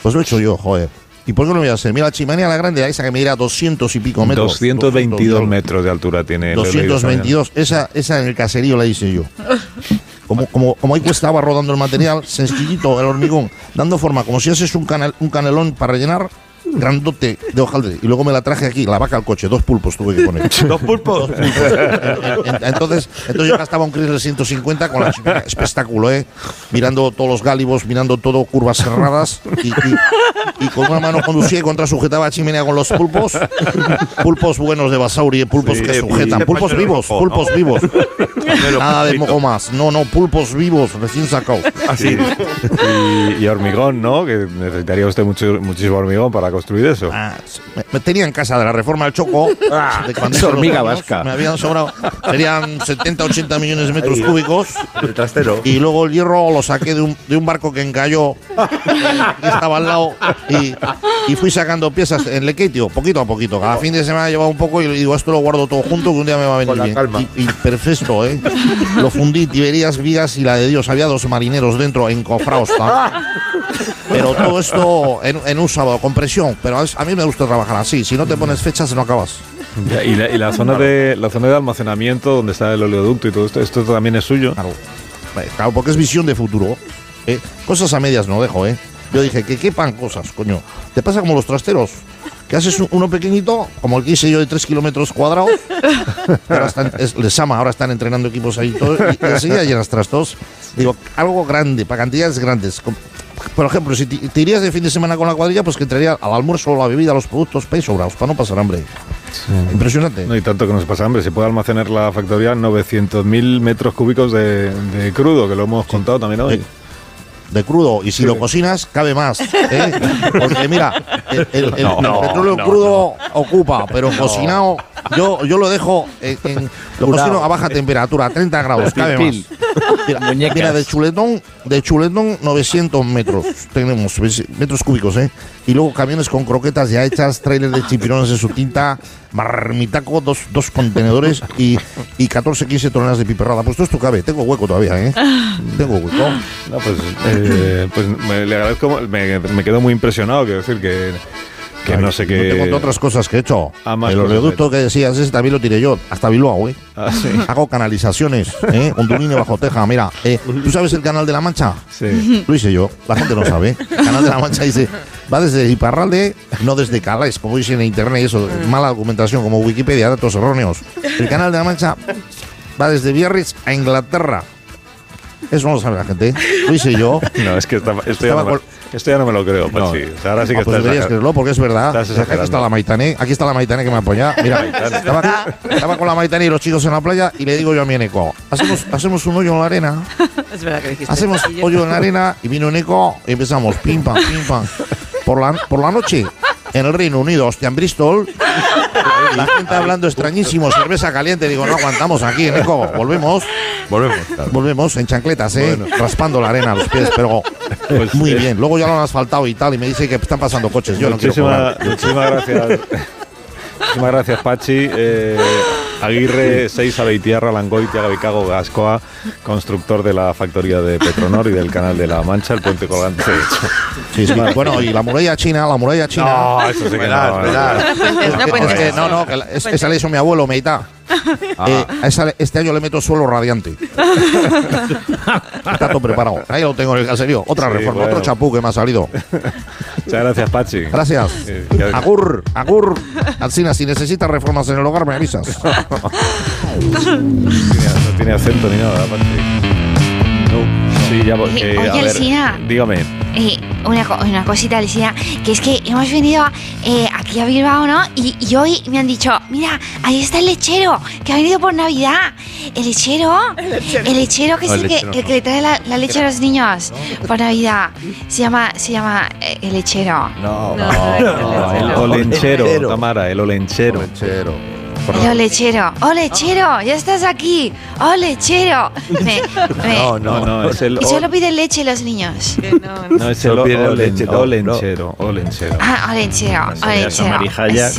Speaker 6: Pues lo he hecho yo, joder. ¿Y por qué no lo voy a hacer? Mira, la chimenea la grande, esa que me dirá 200 y pico metros.
Speaker 1: 222 metros de altura tiene. lo he leído esta mañana.
Speaker 6: 222, esa, esa en el caserío la hice yo. Como, como, como ahí estaba rodando el material, sencillito, el hormigón, dando forma, como si haces un, canal, un canelón para rellenar, grandote de hojaldre. Y luego me la traje aquí, la vaca al coche, dos pulpos tuve que poner.
Speaker 36: Dos pulpos.
Speaker 6: En- Entonces, entonces yo gastaba un Chrysler 150 con la chimenea. espectáculo, ¿eh? Mirando todos los gálibos, mirando todo, curvas cerradas. Y, y- y con una mano conducía y contra sujetaba la chimenea con los pulpos. Pulpos buenos de Basauri, ¿eh? pulpos
Speaker 36: Sí,
Speaker 6: que
Speaker 36: y-
Speaker 6: sujetan.
Speaker 36: y-
Speaker 6: Pulpos vivos,
Speaker 36: ¿no?
Speaker 6: pulpos vivos.
Speaker 36: los
Speaker 6: Nada de
Speaker 36: pulpitos.
Speaker 6: mojomas. No, no, pulpos vivos, recién sacados.
Speaker 1: Así. Ah, Y, y hormigón, ¿no? Que necesitaría usted mucho, muchísimo hormigón para construir eso.
Speaker 6: Ah. Me, me tenía en casa de la reforma del Choco.
Speaker 36: Ah,
Speaker 6: de cuando
Speaker 1: es
Speaker 6: eran los
Speaker 1: hormiga
Speaker 6: niños,
Speaker 1: vasca.
Speaker 6: Me habían sobrado. Serían 70, 80 millones de metros
Speaker 36: Ahí.
Speaker 6: cúbicos.
Speaker 36: El trastero.
Speaker 6: Y luego el hierro lo saqué de un, de un barco que encalló. que estaba al lado. Y, y fui sacando piezas en Lequeitio, poquito a poquito. Cada fin de semana llevaba un poco y le digo, esto lo guardo todo junto que un día me va a venir
Speaker 36: Con la
Speaker 6: bien.
Speaker 36: calma.
Speaker 6: Y, y perfecto, ¿eh? Lo fundí, Tiberías, Vigas y la de Dios. Había dos marineros dentro, encofrados. ¿tá? Pero todo esto en, en un sábado, con presión. Pero a a mí me gusta trabajar así. Si no te pones fechas, no acabas.
Speaker 1: Ya, y la, y la zona de la zona de almacenamiento donde está el oleoducto y todo esto, esto también es suyo.
Speaker 6: Claro, claro porque es visión de futuro. ¿eh? Cosas a medias no dejo, ¿eh? Yo dije que quepan cosas, coño. Te pasa como los trasteros. Que haces un- uno pequeñito, como el que hice yo de 3 kilómetros cuadrados. Ahora están, es- les ama, ahora están entrenando equipos ahí y todo. Y, y enseguida llenas trastos. Digo, algo grande, para cantidades grandes. Com- Por ejemplo, si te, te irías de fin de semana con la cuadrilla, pues que entraría al almuerzo, la bebida, los productos, pay sobrados, para no pasar hambre. Impresionante.
Speaker 1: No, y tanto que nos pasa hambre. Se puede almacenar la factoría 900.000 metros cúbicos de, de crudo, que lo hemos contado también hoy.
Speaker 6: De crudo. Y si lo cocinas, cabe más. ¿eh? Porque mira, el, el- el-
Speaker 1: No,
Speaker 6: el
Speaker 1: no,
Speaker 6: petróleo
Speaker 1: no,
Speaker 6: crudo ocupa, pero
Speaker 36: No.
Speaker 6: cocinado, yo, yo lo dejo en, en- lo
Speaker 36: Curado.
Speaker 6: cocino a baja temperatura, 30 grados, cabe más.
Speaker 36: Pil,
Speaker 6: Mira, mira, de chuletón, de chuletón 900 metros, tenemos ves, metros cúbicos, ¿eh? Y luego camiones con croquetas ya hechas, trailer de chipirones en su tinta, marmitaco, dos, dos contenedores y, y 14, 15 toneladas de piperrada. Pues todo esto cabe, tengo hueco todavía, ¿eh? Tengo hueco.
Speaker 1: No, pues, eh, pues me, le agradezco, me, me quedo muy impresionado, quiero decir que Que no sé qué.
Speaker 6: Te conté otras cosas que he hecho.
Speaker 1: Ah, más
Speaker 6: el
Speaker 1: cosas,
Speaker 6: oleoducto que decías, ese también lo tiré yo, hasta Bilbao, ¿eh?
Speaker 1: Ah, sí.
Speaker 6: Hago canalizaciones, ¿eh? Hondurín bajo Teja, mira. eh, ¿Tú sabes el Canal de la Mancha?
Speaker 1: Sí.
Speaker 6: Lo hice yo, la gente no sabe. Canal de la Mancha dice, va desde Iparralde, no desde Calais, como dicen en internet, eso, mala documentación, como Wikipedia, datos erróneos. El Canal de la Mancha va desde Biarritz a Inglaterra. Eso no lo sabe la gente. ¿eh? Lo hice yo.
Speaker 1: No, es que esta- esto, ya
Speaker 6: Estaba
Speaker 1: no me,
Speaker 6: col-
Speaker 1: esto ya no me lo creo, Pachi. O sea, ahora sí que
Speaker 6: Ah, pues
Speaker 1: estás
Speaker 6: deberías
Speaker 1: saca-
Speaker 6: creerlo porque es verdad.
Speaker 1: Estás
Speaker 6: Aquí está
Speaker 1: exagerando.
Speaker 6: la Maitane, aquí está la Maitane que me apoya. Mira,
Speaker 1: Maitane.
Speaker 6: estaba, estaba con la Maitane y los chicos en la playa y le digo yo a mi Eneco, hacemos, hacemos un hoyo en la arena,
Speaker 37: Es verdad que dijiste.
Speaker 6: hacemos hoyo en la arena y vino Eneco y empezamos pim pam, pim pam. Por la, por la noche, en el Reino Unido, hostia, en Bristol, la gente hablando extrañísimo, cerveza caliente, digo, no aguantamos aquí, Eneco, volvemos.
Speaker 3: Volvemos.
Speaker 6: Volvemos en chancletas, ¿eh? raspando la arena a los pies, pero
Speaker 1: Pues,
Speaker 6: muy
Speaker 1: eh,
Speaker 6: bien. Luego ya lo han asfaltado y tal, y me dice que están pasando coches. Yo
Speaker 1: Muchísima-
Speaker 6: no quiero
Speaker 1: muchísimas gracias. Muchísimas gracias, Pachi. Eh, Aguirre 6 Abeitierra, Langoitia, Gabicago, Gascoa, constructor de la factoría de Petronor y del canal de La Mancha, el puente colgante.
Speaker 6: Sí, sí. Bueno, y la muralla china, la muralla china.
Speaker 1: No, eso sí que
Speaker 6: Verdad,
Speaker 1: no,
Speaker 6: verdad.
Speaker 1: no, no.
Speaker 6: Es que- es que no, no, que la- es- esa le hizo mi abuelo, Meitá. Eh, a esa le- este año le meto suelo radiante. Está todo preparado. Ahí lo tengo en el caserío. Otra
Speaker 1: Sí,
Speaker 6: reforma,
Speaker 1: bueno.
Speaker 6: otro chapú que me ha salido.
Speaker 1: Muchas gracias, Pachi.
Speaker 6: Gracias.
Speaker 1: Eh, ya-
Speaker 6: Agur, agur. Alcina, si necesitas reformas en el hogar, me avisas.
Speaker 1: No tiene acento ni nada, Pachi. No. Sí, ya voy. Eh,
Speaker 13: Oye,
Speaker 1: a ver,
Speaker 13: Alcina.
Speaker 1: dígame.
Speaker 13: Eh, una, co- una cosita, Alicia, que es que hemos venido eh, aquí a Bilbao, ¿no? Y, y hoy me han dicho, mira, ahí está el lechero, que ha venido por Navidad. ¿El lechero? El lechero, que
Speaker 38: No, el
Speaker 13: es el, que,
Speaker 38: lechero
Speaker 13: el
Speaker 38: no.
Speaker 13: que le trae la, la leche a los niños por Navidad. Se llama, se llama eh, el lechero.
Speaker 1: No, no, El olenchero, Tamara, el olenchero.
Speaker 13: El olechero. ¡Olechero! "Oh, ¡Ya estás aquí! ¡Olechero! Me- me-
Speaker 1: No, no, no, es el
Speaker 13: y solo piden leche los niños.
Speaker 1: No, es el
Speaker 3: Solo pide leche,
Speaker 1: olen-
Speaker 3: no,
Speaker 1: olenchero, olenchero.
Speaker 13: Ah, olechero, olechero.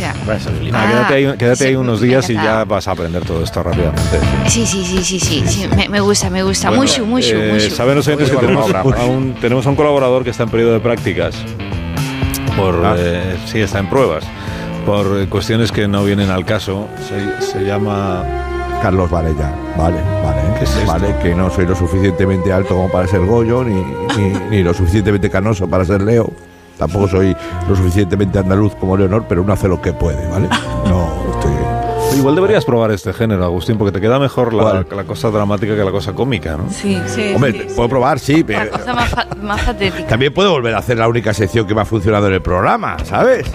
Speaker 1: Ah, quédate ahí, quédate ahí unos días y
Speaker 13: encantado.
Speaker 1: ya vas a aprender todo esto rápidamente.
Speaker 13: Sí, sí, sí, sí, sí, sí, me, me gusta, me gusta.
Speaker 1: Bueno,
Speaker 13: mucho, mucho,
Speaker 1: eh,
Speaker 13: mucho.
Speaker 1: Saben los oyentes que
Speaker 6: Oye,
Speaker 1: tenemos
Speaker 6: programa.
Speaker 1: a, un, tenemos a un colaborador que está en periodo de prácticas. Por, eh, sí, está en pruebas. Por eh, cuestiones que no vienen al caso. Se, se llama.
Speaker 3: Carlos Varella. Vale, vale. Vale, que no soy lo suficientemente alto como para ser Goyo, ni, ni, ni lo suficientemente canoso para ser Leo. Tampoco soy lo suficientemente andaluz como Leonor, pero uno hace lo que puede, ¿vale? No, estoy...
Speaker 1: Igual deberías probar este género, Agustín, porque te queda mejor la, la cosa dramática que la cosa cómica, ¿no?
Speaker 39: Sí, sí.
Speaker 3: Hombre, puedo probar, sí, pero...
Speaker 39: Cosa más, fa- más patética.
Speaker 3: También puedo volver a hacer la única sección que me ha funcionado en el programa, ¿sabes?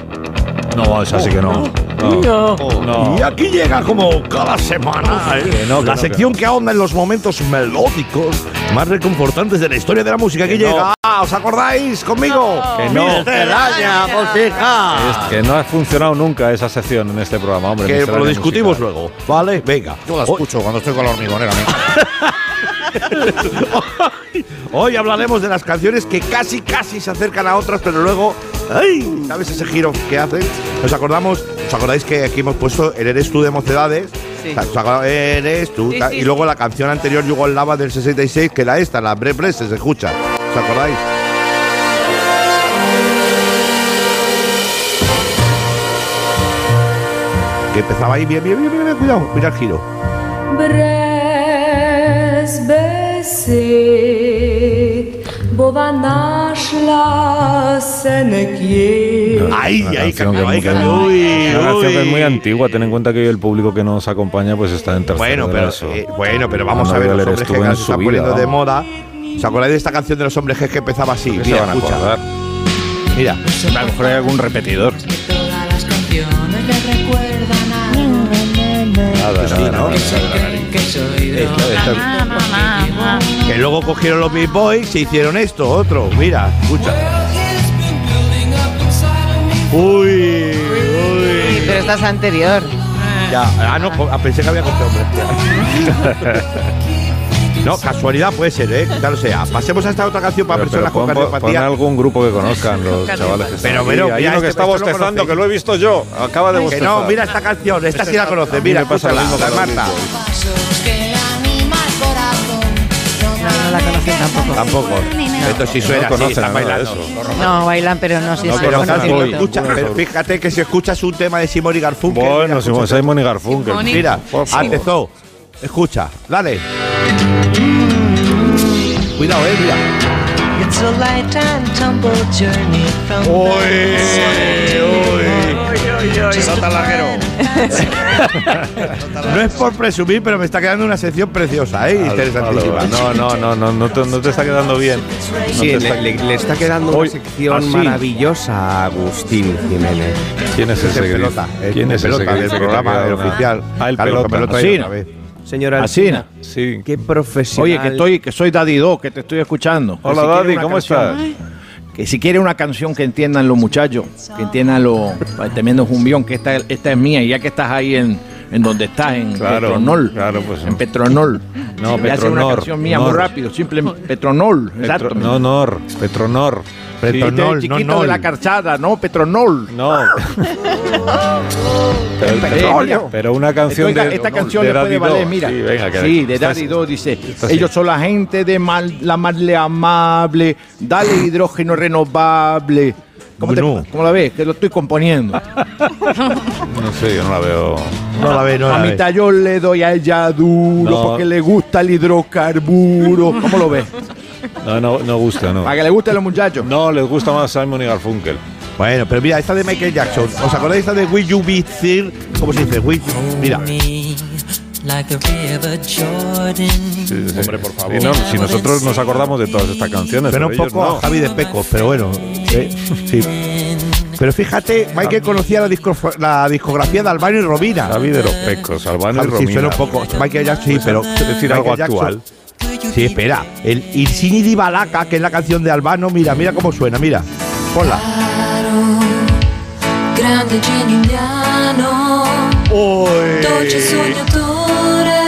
Speaker 1: No, es así que no.
Speaker 3: No.
Speaker 1: No. Oh,
Speaker 3: Y aquí llega como cada semana ¿eh?
Speaker 1: Que no, que
Speaker 3: la
Speaker 1: no,
Speaker 3: sección que ahonda en los momentos melódicos más reconfortantes de la historia de la música. Aquí
Speaker 1: Que no.
Speaker 3: llega, Ah, ¿os acordáis conmigo?
Speaker 1: Que no.
Speaker 3: Mr. Celaya, Fonseca.
Speaker 1: Es que no ha funcionado nunca esa sección en este programa, hombre.
Speaker 3: Que lo
Speaker 1: miscelánea
Speaker 3: discutimos luego, ¿vale? Venga.
Speaker 6: Yo la escucho cuando estoy con la hormigonera.
Speaker 3: Hoy hablaremos de las canciones que casi, casi se acercan a otras, pero luego, ¡ay! ¿Sabes ese giro que hacen? Nos acordamos, ¿os acordáis que aquí hemos puesto el Eres tú de Mocedades?
Speaker 4: Sí.
Speaker 3: O sea, ¿os acordáis? Eres tú.
Speaker 4: Sí,
Speaker 3: ta-
Speaker 4: sí,
Speaker 3: y luego la canción anterior, Yugoslava del 66, que era esta, la Bre Bre, se escucha. ¿Os acordáis? Que empezaba ahí, bien, bien, bien, bien, bien, cuidado, mira el giro.
Speaker 40: Brez besed bova našla se nekje.
Speaker 3: Ay,
Speaker 1: Una
Speaker 3: ay,
Speaker 1: canción
Speaker 3: cacao,
Speaker 1: que
Speaker 3: ay,
Speaker 1: es muy-
Speaker 3: cacao, uy,
Speaker 1: una canción que es
Speaker 3: uy.
Speaker 1: muy antigua. Ten en cuenta que hoy el público que nos acompaña pues está en tercero
Speaker 3: Bueno,
Speaker 1: de
Speaker 3: pero,
Speaker 1: ESO.
Speaker 3: eh, bueno, pero vamos
Speaker 1: No
Speaker 3: a ver
Speaker 1: voy
Speaker 3: los
Speaker 1: leer
Speaker 3: hombres
Speaker 1: esto
Speaker 3: G que
Speaker 1: en
Speaker 3: ahora se
Speaker 1: su
Speaker 3: están
Speaker 1: vida,
Speaker 3: poniendo de
Speaker 1: vamos.
Speaker 3: moda. ¿Os acordáis de esta canción de los hombres G que empezaba así?
Speaker 1: ¿Qué se
Speaker 3: Mira,
Speaker 1: van a
Speaker 3: escucha.
Speaker 1: acordar?
Speaker 3: Mira. A lo mejor hay algún repetidor.
Speaker 35: Todas las canciones le recuerdan a
Speaker 3: Nada, nada, nada, Que luego cogieron los Beat Boys y hicieron esto, otro. Mira, escucha. Uy, uy.
Speaker 37: Pero esta es anterior.
Speaker 3: Ya, ah, no, co- ah, pensé que había cogido hombres. No, casualidad puede ser, ¿eh? Claro sea. Pasemos a esta otra canción para
Speaker 1: Pero,
Speaker 3: personas
Speaker 1: pon,
Speaker 3: con
Speaker 1: pon- pon
Speaker 3: cardiopatía.
Speaker 1: algún grupo que conozcan los chavales que están
Speaker 3: Pero,
Speaker 1: aquí.
Speaker 3: pero,
Speaker 1: Hay
Speaker 3: mira,
Speaker 1: uno que
Speaker 3: este-
Speaker 1: está
Speaker 3: esto lo
Speaker 1: bostezando,
Speaker 3: conocéis.
Speaker 1: que lo he visto yo. Acaba de
Speaker 3: Que
Speaker 1: bostezar.
Speaker 3: no, mira esta canción, esta sí la conoces.
Speaker 1: A mí
Speaker 3: Mira,
Speaker 1: me pasa lo mismo
Speaker 3: escúchala, la de
Speaker 1: cada
Speaker 3: Marta.
Speaker 1: vez.
Speaker 35: No, no la conozco.
Speaker 37: canción tampoco.
Speaker 3: Tampoco. Esto sí suena,
Speaker 1: No
Speaker 3: sí,
Speaker 1: conocen
Speaker 3: están
Speaker 1: nada de
Speaker 3: bailando.
Speaker 1: eso.
Speaker 37: No, bailan, pero no sé
Speaker 3: No,
Speaker 37: si
Speaker 3: pero,
Speaker 37: conocen
Speaker 3: Carlos,
Speaker 37: el
Speaker 3: escucha,
Speaker 37: grito.
Speaker 3: pero fíjate que si escuchas un tema de Simón y Garfunkel.
Speaker 1: Bueno, Simón,
Speaker 3: escucha-
Speaker 1: Simon y Garfunkel.
Speaker 3: Simón y- Mira,
Speaker 1: por favor.
Speaker 3: atezó. Escucha, dale. Cuidado, eh, mira.
Speaker 35: It's a light and tumble journey from
Speaker 3: No es por presumir, pero me está quedando una sección preciosa, ¿eh? Interesantísima.
Speaker 1: No, no, no, no, no te, no te está quedando bien. No
Speaker 38: Sí,
Speaker 1: te
Speaker 38: le, le- le está quedando una
Speaker 1: Hoy-
Speaker 38: sección
Speaker 1: ah, sí.
Speaker 38: maravillosa a Agustín Jiménez.
Speaker 1: ¿Quién es ese que
Speaker 38: pelota?
Speaker 1: dice? ¿Quién es
Speaker 38: pelota
Speaker 1: ese que
Speaker 38: del
Speaker 1: dice que te ha
Speaker 38: programa,
Speaker 1: quedado
Speaker 38: el
Speaker 1: una-
Speaker 38: oficial?
Speaker 1: Ah, el
Speaker 38: Carlos,
Speaker 1: pelota.
Speaker 38: que pelota
Speaker 1: Asina.
Speaker 38: otra vez. Señora
Speaker 1: Alsina.
Speaker 38: Alsina, qué profesional.
Speaker 4: Oye, que estoy, que soy Daddy Do, que te estoy escuchando. Que
Speaker 1: Hola,
Speaker 4: quiere
Speaker 1: Daddy,
Speaker 4: una
Speaker 1: ¿cómo
Speaker 4: canción- Que si quiere una canción que entiendan los muchachos, que entiendan los tremendo jumbión, que esta, esta es mía, y ya que estás ahí en, en donde estás, en
Speaker 1: Claro,
Speaker 4: Petronol.
Speaker 1: claro, pues.
Speaker 4: En Petronol.
Speaker 1: No,
Speaker 4: Y hace una
Speaker 1: Petronor,
Speaker 4: canción mía
Speaker 1: Nor.
Speaker 4: muy rápido, simple Petronol. Exacto.
Speaker 1: Petro- no, Nor, Petronor.
Speaker 4: Este es el chiquito de la calzada, no, Petronol.
Speaker 1: No. Pero-
Speaker 4: Petróleo.
Speaker 1: Pero una canción
Speaker 4: Oiga,
Speaker 1: de
Speaker 4: esta canción
Speaker 1: de
Speaker 4: le
Speaker 1: Daddy
Speaker 4: puede
Speaker 1: Do.
Speaker 4: valer, mira.
Speaker 1: Sí, venga, que-
Speaker 4: Sí, de
Speaker 1: estás-
Speaker 4: Daddy Do dice,
Speaker 1: estás-
Speaker 4: ellos son la gente de mal, la madre amable, dale hidrógeno renovable. ¿Cómo, te-
Speaker 1: Bueno. Ah,
Speaker 4: cómo la ves? Que lo estoy componiendo.
Speaker 1: No sé, yo no la veo.
Speaker 4: No la a mi yo le doy a ella duro
Speaker 1: No.
Speaker 4: porque le gusta el hidrocarburo. ¿Cómo lo ves?
Speaker 1: No, no, no gusta, no.
Speaker 4: Para que le guste a los muchachos.
Speaker 1: No, les gusta más Simon y Garfunkel.
Speaker 3: Bueno, pero mira, esta de Michael Jackson. ¿Os acordáis esta de Will You Be There? ¿Cómo se dice? Will you- Mira.
Speaker 35: Like a river Jordan.
Speaker 1: Hombre, por favor. si nosotros nos acordamos de todas estas canciones.
Speaker 3: Pero un
Speaker 1: ellos
Speaker 3: poco
Speaker 1: no.
Speaker 3: a Javi de Pecos, pero bueno. eh, sí. Pero fíjate, Michael conocía la, disco- la discografía de Albano y Robina.
Speaker 1: Javi de los Pecos, Albano y
Speaker 3: Javi, Sí,
Speaker 1: Romina.
Speaker 3: suena un poco. Michael Jackson, sí, pero.
Speaker 1: Es decir,
Speaker 3: Michael
Speaker 1: algo
Speaker 3: Jackson- Sí, espera. El Irsini di Balaca, que es la canción de Albano, mira, mira cómo suena, mira. Ponla.
Speaker 35: Grande genio indiano. Dolce sognatore.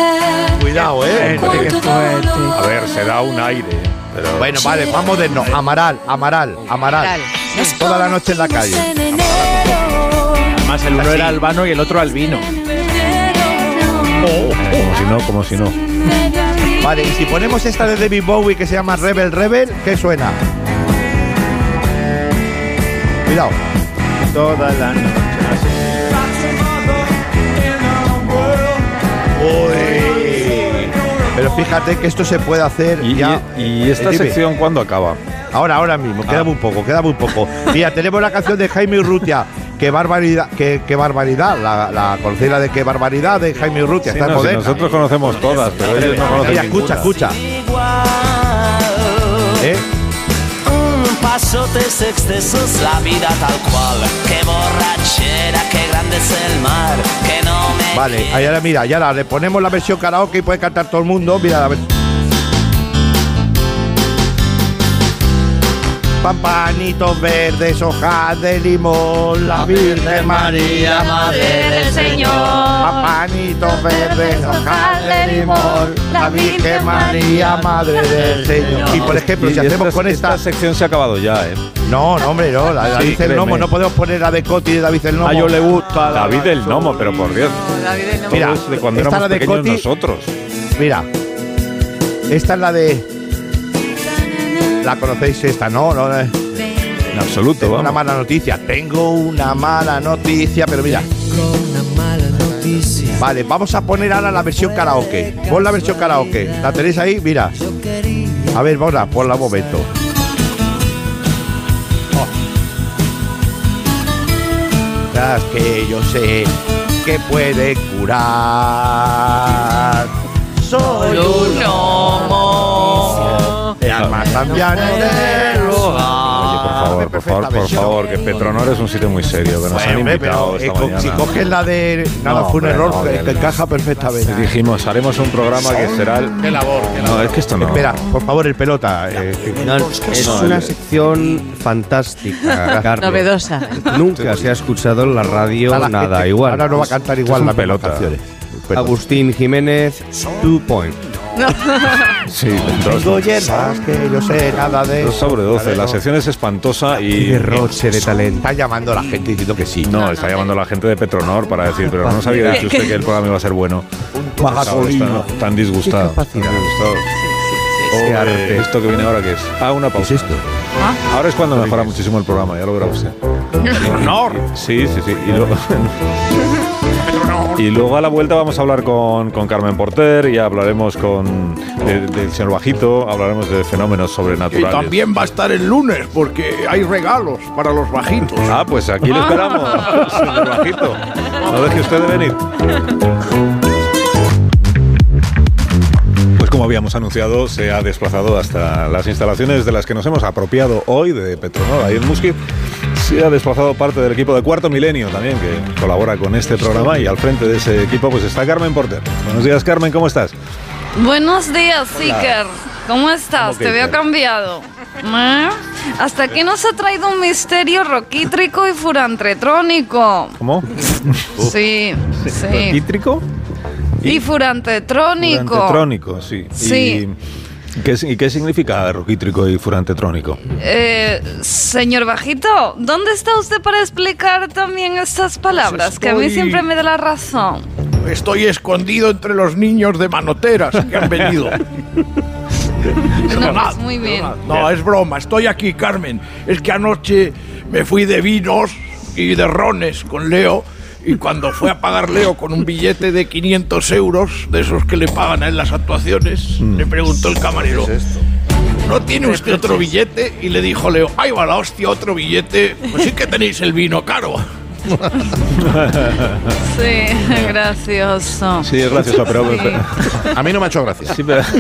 Speaker 3: Cuidado, eh.
Speaker 35: Cuánto dolor.
Speaker 1: A ver, se da un aire. ¿eh? Pero...
Speaker 3: Bueno, vale, vamos de no. Amaral, Amaral, Amaral. Toda la noche en la calle.
Speaker 4: Además, el uno era albano y el otro albino.
Speaker 1: Como si no, como si no.
Speaker 3: Vale, y si ponemos esta de David Bowie que se llama Rebel Rebel, ¿qué suena? Cuidado.
Speaker 4: Toda la noche.
Speaker 3: Pero fíjate que esto se puede hacer
Speaker 1: ¿Y,
Speaker 3: ya.
Speaker 1: y- y esta
Speaker 3: Eh, dime.
Speaker 1: sección Ah. cuándo acaba?
Speaker 3: Ahora, ahora mismo, queda muy poco, queda muy poco. Mira, tenemos la canción de Jaime Urrutia. Qué barbaridad, qué, qué barbaridad, la, la conocida de qué barbaridad de Jaime Urrutia.
Speaker 1: Sí,
Speaker 3: está
Speaker 1: no, si
Speaker 3: moderna.
Speaker 1: nosotros conocemos todas, pero ellos no conocen
Speaker 3: Mira,
Speaker 1: ninguna.
Speaker 3: escucha, escucha. ¿Eh?
Speaker 35: Un pasotes excesos, la vida tal cual. Qué borrachera, qué grande es el mar. Que no me.
Speaker 3: Vale, ahí ahora mira, ya la, le ponemos la versión karaoke y puede cantar todo el mundo. Mira la ver- Pampanitos verdes, hojas de limón, la Virgen María,
Speaker 35: Madre del Señor.
Speaker 3: Pampanitos verdes, hojas de limón, la Virgen María, Madre del Señor. Y por ejemplo,
Speaker 1: Y
Speaker 3: si hacemos con esta.
Speaker 1: sección se ha acabado ya, ¿eh?
Speaker 3: No, no, hombre, no, la de David el
Speaker 1: créeme.
Speaker 3: Nomo, no podemos poner la de Coti de David el Nomo.
Speaker 1: A Ah, yo le gusta. David el Nomo, pero por Dios.
Speaker 3: Mira,
Speaker 1: Todo es de cuando
Speaker 3: esta
Speaker 1: éramos
Speaker 3: la de
Speaker 1: pequeños
Speaker 3: Coti.
Speaker 1: nosotros.
Speaker 3: Mira, esta es la de. La conocéis esta, ¿no? No, no,
Speaker 1: En absoluto,
Speaker 3: Tengo una
Speaker 1: vamos.
Speaker 3: mala noticia. Tengo una mala noticia, pero mira. Vale, vamos a poner ahora la versión karaoke. Pon la versión karaoke. ¿La tenéis ahí? Mira. A ver, ponla, ponla un momento. Oh. Las que yo sé que puede curar. Soy un homo. El alma cambiante del hogar.
Speaker 1: Por favor, por favor, por favor, que Petronor es un sitio muy serio, que nos
Speaker 3: Bueno,
Speaker 1: han
Speaker 3: hombre,
Speaker 1: invitado
Speaker 3: pero eh,
Speaker 1: esta
Speaker 3: co- si
Speaker 1: mañana.
Speaker 3: coges la de nada
Speaker 1: No,
Speaker 3: fue un
Speaker 1: hombre,
Speaker 3: error,
Speaker 1: no,
Speaker 3: que-
Speaker 1: que-
Speaker 3: que encaja perfectamente.
Speaker 1: Dijimos, haremos un programa que será el...
Speaker 3: Qué labor, qué
Speaker 1: No, es que esto no.
Speaker 3: Espera, por favor, el pelota. eh,
Speaker 38: No, es
Speaker 3: No,
Speaker 38: una
Speaker 3: el-
Speaker 38: sección fantástica, Carlos.
Speaker 37: Novedosa.
Speaker 38: Nunca se ha escuchado en la radio
Speaker 3: Ahora la
Speaker 38: nada
Speaker 3: gente-
Speaker 38: igual.
Speaker 3: ahora no va a cantar
Speaker 38: Esto
Speaker 3: igual
Speaker 38: es
Speaker 3: las
Speaker 38: un pelota.
Speaker 3: canciones.
Speaker 38: Agustín Jiménez, two point.
Speaker 1: Sí, dos,
Speaker 3: Tengo hierbas que yo sé nada de
Speaker 1: dos
Speaker 3: eso.
Speaker 1: sobre 12.
Speaker 3: Vale,
Speaker 1: La
Speaker 3: no.
Speaker 1: sección es espantosa y...
Speaker 38: derroche de talento.
Speaker 3: Está llamando la gente diciendo que sí.
Speaker 1: No, está llamando la gente de Petronor para decir, pero no sabía dicho usted que el programa iba a ser bueno.
Speaker 3: Baja
Speaker 1: Están
Speaker 3: colina.
Speaker 1: tan disgustado.
Speaker 38: Qué capacidad.
Speaker 1: Tan disgustado. Qué arte. ¿Esto que viene ahora qué es? Ah, una pausa. esto? Ahora es cuando mejora muchísimo el programa, ya lo verá usted.
Speaker 4: ¡Honor!
Speaker 1: Sí, sí, sí. Y luego, y luego a la vuelta vamos a hablar con, con Carmen Porter y hablaremos con de- del señor Bajito, hablaremos de fenómenos
Speaker 9: Y
Speaker 1: sobrenaturales.
Speaker 9: también va a estar el lunes porque hay regalos para los bajitos.
Speaker 1: Ah, pues aquí lo esperamos,
Speaker 5: Ah.
Speaker 1: señor Bajito. No deje usted de venir. Pues como habíamos anunciado, se ha desplazado hasta las instalaciones de las que nos hemos apropiado hoy de Petronor, ahí en Musquit. Se ha desplazado parte del equipo de Cuarto Milenio también, que colabora con este programa y al frente de ese equipo pues está Carmen Porter. Buenos días, Carmen, ¿cómo estás?
Speaker 5: Buenos días,
Speaker 1: Hola.
Speaker 5: Iker. ¿Cómo estás?
Speaker 1: ¿Cómo que
Speaker 5: Te veo
Speaker 1: Iker?
Speaker 5: cambiado. ¿Eh? Hasta aquí nos ha traído un misterio roquítrico y furantretrónico.
Speaker 1: ¿Cómo?
Speaker 5: Sí, sí.
Speaker 1: ¿Títrico?
Speaker 5: Y furantetrónico.
Speaker 1: Furantetrónico, sí.
Speaker 5: Sí.
Speaker 1: ¿Y qué, si- y qué significa roquítrico y furantetrónico?
Speaker 5: Eh, señor Bajito, ¿dónde está usted para explicar también estas palabras? Que a mí
Speaker 9: estoy-
Speaker 5: siempre me da la razón.
Speaker 9: Estoy escondido entre los niños de manoteras que han venido.
Speaker 5: No, pues muy bien.
Speaker 9: No, es broma, estoy aquí, Carmen. Es que anoche me fui de vinos y de rones con Leo. Y cuando fue a pagar Leo con un billete de 500 euros, de esos que le pagan en las actuaciones, le preguntó el camarero, ¿no tiene usted otro billete? Y le dijo Leo, ¡ay, va la hostia, otro billete! Pues sí que tenéis el vino caro.
Speaker 5: Sí, gracioso.
Speaker 1: Sí, es gracioso, pero...
Speaker 5: Sí.
Speaker 1: A mí no me ha hecho gracia. Sí, pero...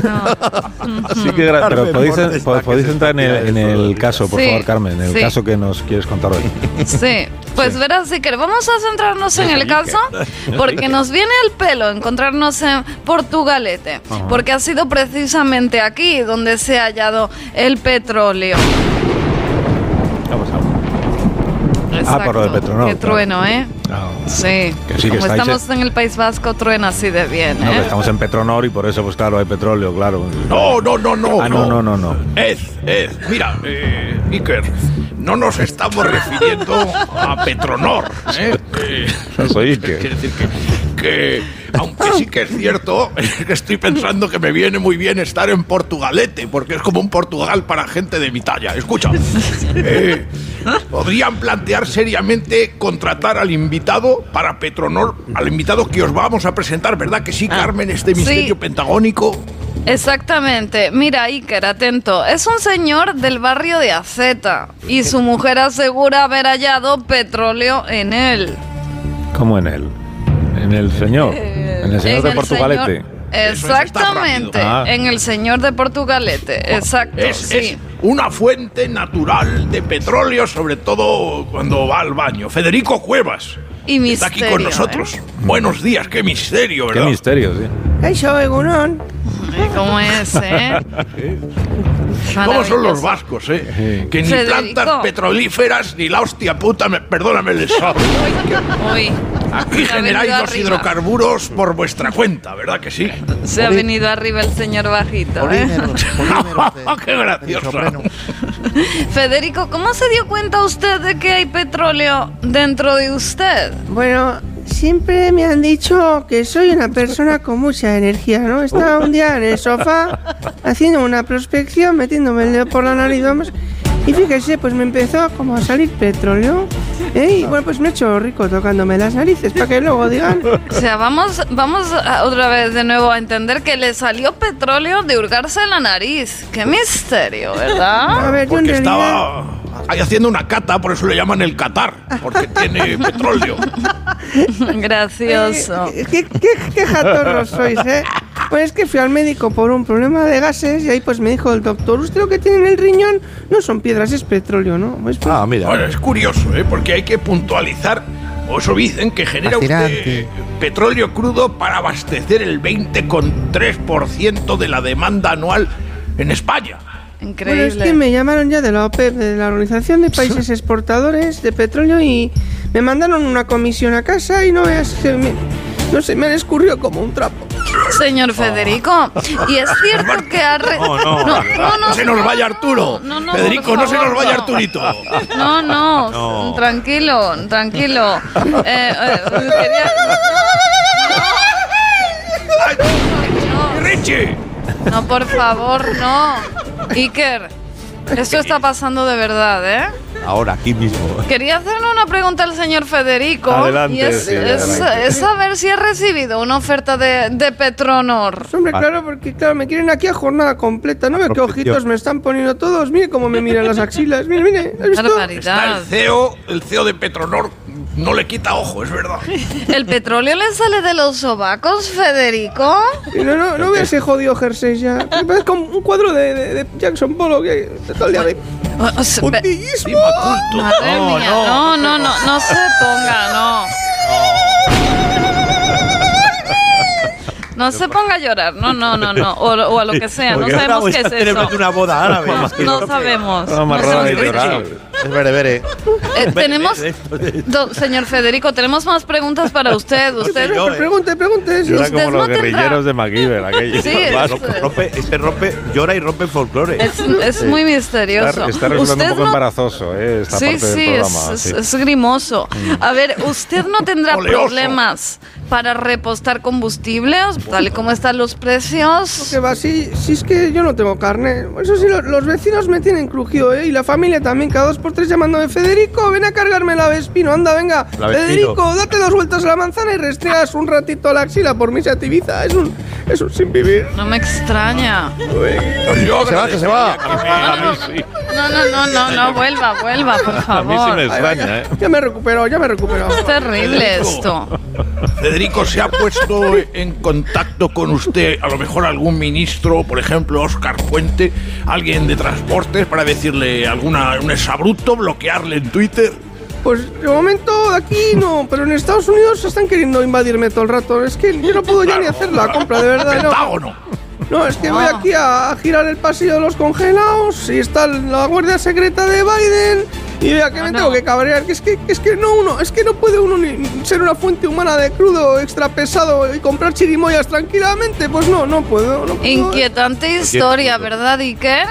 Speaker 1: Sí que gra- pero
Speaker 9: Carmen
Speaker 1: podéis,
Speaker 9: Borges,
Speaker 1: po- podéis entrar en el, en el caso, por
Speaker 5: Sí,
Speaker 1: favor, Carmen, en el
Speaker 5: sí.
Speaker 1: caso que nos quieres contar hoy.
Speaker 5: Sí, pues verás, Iker, vamos a centrarnos en el caso porque nos viene al pelo encontrarnos en Portugalete,
Speaker 28: Ajá.
Speaker 5: porque ha sido precisamente aquí donde se ha hallado el petróleo.
Speaker 1: Vamos a Ah, por
Speaker 5: Exacto.
Speaker 1: lo de Petronor.
Speaker 5: Qué trueno, ¿eh? Sí.
Speaker 1: Que sí, que
Speaker 5: Como
Speaker 1: estáis-
Speaker 5: estamos en el País Vasco, truena así de bien,
Speaker 1: No, que
Speaker 5: ¿eh?
Speaker 1: estamos en Petronor y por eso, pues claro, hay petróleo, claro.
Speaker 9: No, no, no, no.
Speaker 1: Ah, no, no, no, no.
Speaker 9: Ed, Ed, mira, eh, Iker, no nos estamos refiriendo a Petronor. ¿eh? Eh,
Speaker 1: Soy
Speaker 9: Quiere decir que, que, aunque sí que es cierto, es que estoy pensando que me viene muy bien estar en Portugalete, porque es como un Portugal para gente de mi talla. Escucha, eh, podrían plantear seriamente contratar al invitado para Petronor, al invitado que os vamos a presentar, ¿verdad que sí, Carmen? Este
Speaker 5: Ah, Sí.
Speaker 9: misterio pentagónico.
Speaker 5: Exactamente. Mira, Iker, atento. Es un señor del barrio de Aceta y su mujer asegura haber hallado petróleo en él.
Speaker 1: ¿Cómo en él? En el señor. En el señor
Speaker 5: Eh, En
Speaker 1: de
Speaker 5: el
Speaker 1: Portugalete.
Speaker 5: señor- Exactamente,
Speaker 1: rápido. Ah.
Speaker 5: en el señor de Portugalete, exacto,
Speaker 9: Es, es
Speaker 5: sí.
Speaker 9: una fuente natural de petróleo, sobre todo cuando va al baño. Federico Cuevas
Speaker 5: Y
Speaker 9: está aquí con
Speaker 5: misterio, ¿eh?
Speaker 9: nosotros. Buenos días, qué misterio,
Speaker 1: Qué
Speaker 9: ¿verdad?
Speaker 1: misterio, sí.
Speaker 5: Eso, Egunon. ¿Cómo es, eh?
Speaker 9: ¿Cómo son los vascos, eh? Que ni
Speaker 5: Federico.
Speaker 9: plantas petrolíferas ni la hostia puta, me- perdóname el sabe.
Speaker 5: Uy,
Speaker 9: Aquí
Speaker 5: se ha
Speaker 9: generáis
Speaker 5: venido
Speaker 9: los
Speaker 5: arriba.
Speaker 9: hidrocarburos por vuestra cuenta, ¿verdad que sí?
Speaker 5: se ha venido arriba el señor bajito, ¿eh?
Speaker 9: ¡Qué gracioso!
Speaker 5: Federico, ¿cómo se dio cuenta usted de que hay petróleo dentro de usted?
Speaker 28: Bueno, siempre me han dicho que soy una persona con mucha energía, ¿no? Estaba un día en el sofá haciendo una prospección, metiéndome el dedo por la nariz, vamos, y fíjese, pues me empezó como a salir petróleo, ¿eh? Y bueno, pues me he hecho rico tocándome las narices, para que luego digan...
Speaker 5: O sea, vamos, vamos a- otra vez de nuevo a entender que le salió petróleo de hurgarse la nariz. Qué misterio, ¿verdad?
Speaker 9: porque estaba ahí haciendo una cata, por eso le llaman el Qatar, porque tiene petróleo.
Speaker 5: Gracioso.
Speaker 28: ¿Qué, qué, qué jatorros sois, eh? Pues es que fui al médico por un problema de gases y ahí pues me dijo el doctor, usted lo que tiene en el riñón no son piedras, es petróleo, ¿no? Pues, pues,
Speaker 9: Ah, mira. Bueno, es curioso, ¿eh? porque hay que puntualizar. O eso dicen que genera usted
Speaker 28: Fascinante.
Speaker 9: petróleo crudo para abastecer el 20,3% de la demanda anual en España.
Speaker 28: Bueno, es que me llamaron ya de la OPEP, de la Organización de Países Exportadores de Petróleo, y me mandaron una comisión a casa y no veas que me- no sé, me han escurrido como un trapo.
Speaker 5: Señor Federico, y es cierto que ha... re-
Speaker 9: Ah. No se nos vaya Arturo.
Speaker 5: No, no,
Speaker 9: Federico,
Speaker 5: por
Speaker 9: no se nos
Speaker 5: favor,
Speaker 9: vaya
Speaker 5: no.
Speaker 9: Arturito.
Speaker 5: No, no,
Speaker 9: No.
Speaker 5: tranquilo, tranquilo. Eh, eh, quería-
Speaker 9: ¡Richie!
Speaker 5: No, por favor, no. Iker, esto está pasando de verdad, ¿eh?
Speaker 3: Ahora, aquí mismo.
Speaker 5: Quería hacerle una pregunta al señor Federico.
Speaker 3: Adelante,
Speaker 5: y es,
Speaker 3: sí,
Speaker 5: es-
Speaker 3: adelante.
Speaker 5: es saber si ha recibido una oferta de, de Petronor.
Speaker 28: Hombre, claro, porque claro, me quieren aquí a jornada completa. ¿No ve qué
Speaker 9: Porque
Speaker 28: ojitos
Speaker 9: yo-
Speaker 28: me están poniendo todos? Mire cómo me miran las axilas. Mire, mire. ¿has visto?
Speaker 9: Está el CEO, el CEO de Petronor no le quita ojo, es verdad.
Speaker 5: ¿El petróleo le sale de los sobacos, Federico?
Speaker 28: No, no, no veo ese jodido jersey ya. Me parece como un cuadro de, de- de Jackson Pollock. que está todo el día de...
Speaker 5: ¡Puntillismo! Madre
Speaker 28: No,
Speaker 5: mía, no,
Speaker 28: no.
Speaker 5: no, no, no se ponga, no. No se ponga a llorar, no, no, no, no. O, o a lo que sea, no
Speaker 41: Porque
Speaker 5: sabemos
Speaker 41: ahora
Speaker 5: qué
Speaker 41: voy
Speaker 5: es
Speaker 41: a
Speaker 5: eso.
Speaker 41: hacer una boda árabe.
Speaker 5: No sabemos.
Speaker 41: Es bere, bere.
Speaker 5: Eh, tenemos, do- señor Federico, tenemos más preguntas para usted. Usted
Speaker 28: pregunte, pregunte.
Speaker 1: Llora como
Speaker 5: Usted no
Speaker 1: los
Speaker 5: tendrá.
Speaker 1: guerrilleros de MacGyver, aquello.
Speaker 5: Sí, es-
Speaker 3: rompe, este rompe, llora y rompe folclore.
Speaker 5: Es, es
Speaker 1: Sí.
Speaker 5: muy
Speaker 1: Está,
Speaker 5: misterioso.
Speaker 1: está resultando
Speaker 5: Usted
Speaker 1: un poco
Speaker 5: no-
Speaker 1: embarazoso eh, esta
Speaker 5: Sí,
Speaker 1: parte del
Speaker 5: sí, es,
Speaker 1: programa.
Speaker 5: es-
Speaker 1: sí. Mm.
Speaker 5: es grimoso. A ver, ¿usted no tendrá
Speaker 1: Oleoso.
Speaker 5: problemas para repostar combustibles, tal y como están los precios?
Speaker 28: Que va, sí, sí es que yo no tengo carne. Eso sí, lo- los vecinos me tienen crujido, ¿eh? Y la familia también, cada dos por tres llamándome Federico, ven a cargarme la Vespino, anda, venga.
Speaker 3: La Vespino.
Speaker 28: Federico, date dos vueltas a la manzana y restreas un ratito a la axila por mi sativiza. Es un, es un sin vivir.
Speaker 5: No me extraña.
Speaker 28: Se va, que se va.
Speaker 5: No, no, no, no, no, vuelva, vuelva, por favor.
Speaker 28: Ay, Ya me recuperó, ya me recuperó.
Speaker 5: Es terrible esto.
Speaker 9: Federico se ha puesto en contacto con usted, a lo mejor algún ministro, por ejemplo, Oscar Puente, alguien de transportes, para decirle alguna, un exabrupto, bloquearle en Twitter.
Speaker 28: Pues de momento de aquí no, pero en Estados Unidos están queriendo invadirme todo el rato. Es que yo no puedo ya ni hacer la compra, de verdad.
Speaker 9: Pentágono.
Speaker 28: No, es que voy aquí a, a girar el pasillo de los congelados y está la guardia secreta de Biden. Y vea que me tengo que cabrear, que es que, que es que no uno, es que no puede uno ni ser una fuente humana de crudo extra pesado y comprar chirimoyas tranquilamente, pues no, no puedo, no puedo.
Speaker 5: Inquietante historia, ¿verdad, Iker?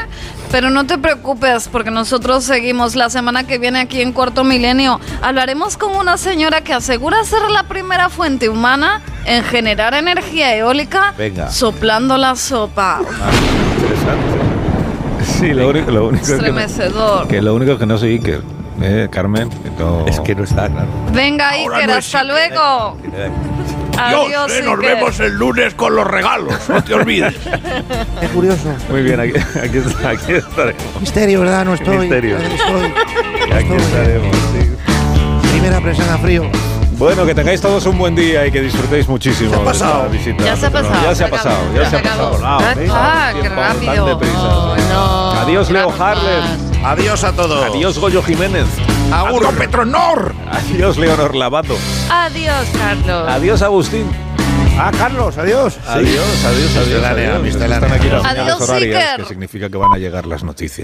Speaker 5: Pero no te preocupes, porque nosotros seguimos la semana que viene aquí en Cuarto Milenio. Hablaremos con una señora que asegura ser la primera fuente humana en generar energía eólica
Speaker 1: Venga.
Speaker 5: soplando la sopa.
Speaker 1: Interesante. Sí, lo único, lo único es que, no,
Speaker 5: Estremecedor.
Speaker 1: que lo único que no soy Iker, eh, Carmen. Es que no está claro.
Speaker 5: Venga, Iker, hasta luego.
Speaker 1: ¿eh?
Speaker 5: Adiós,
Speaker 9: Dios, eh, nos
Speaker 5: Iker.
Speaker 9: vemos el lunes con los regalos, no te olvides.
Speaker 1: Qué curioso. Muy bien, aquí, aquí, está- aquí estaremos.
Speaker 6: Misterio, ¿verdad? No estoy.
Speaker 1: Misterio.
Speaker 6: No estoy.
Speaker 1: Aquí estaremos, sí.
Speaker 6: Primera presión a frío.
Speaker 1: Bueno, que tengáis todos un buen día y que disfrutéis muchísimo de esta visita.
Speaker 6: Ya se ha pasado,
Speaker 1: Ya se ha
Speaker 6: se acabó,
Speaker 1: pasado, ya
Speaker 6: se
Speaker 1: se ha
Speaker 6: acabó.
Speaker 1: pasado. Ah, ¿veis?
Speaker 5: Ah, qué
Speaker 1: Tan
Speaker 5: rápido.
Speaker 1: deprisa. Adiós, Leo Harles.
Speaker 41: Adiós a todos.
Speaker 1: Adiós, Goyo Jiménez.
Speaker 9: Aguro Petronor.
Speaker 1: Adiós, Leonor Lavado.
Speaker 5: Adiós, Carlos.
Speaker 1: Adiós, Agustín.
Speaker 3: Ah, Carlos, adiós.
Speaker 1: Adiós, adiós, adiós.
Speaker 3: Miscelánea,
Speaker 1: adiós.
Speaker 3: miscelánea.
Speaker 1: Están aquí las señales
Speaker 5: Adiós,
Speaker 1: horarias,
Speaker 5: Iker.
Speaker 1: que significa que van a llegar las noticias.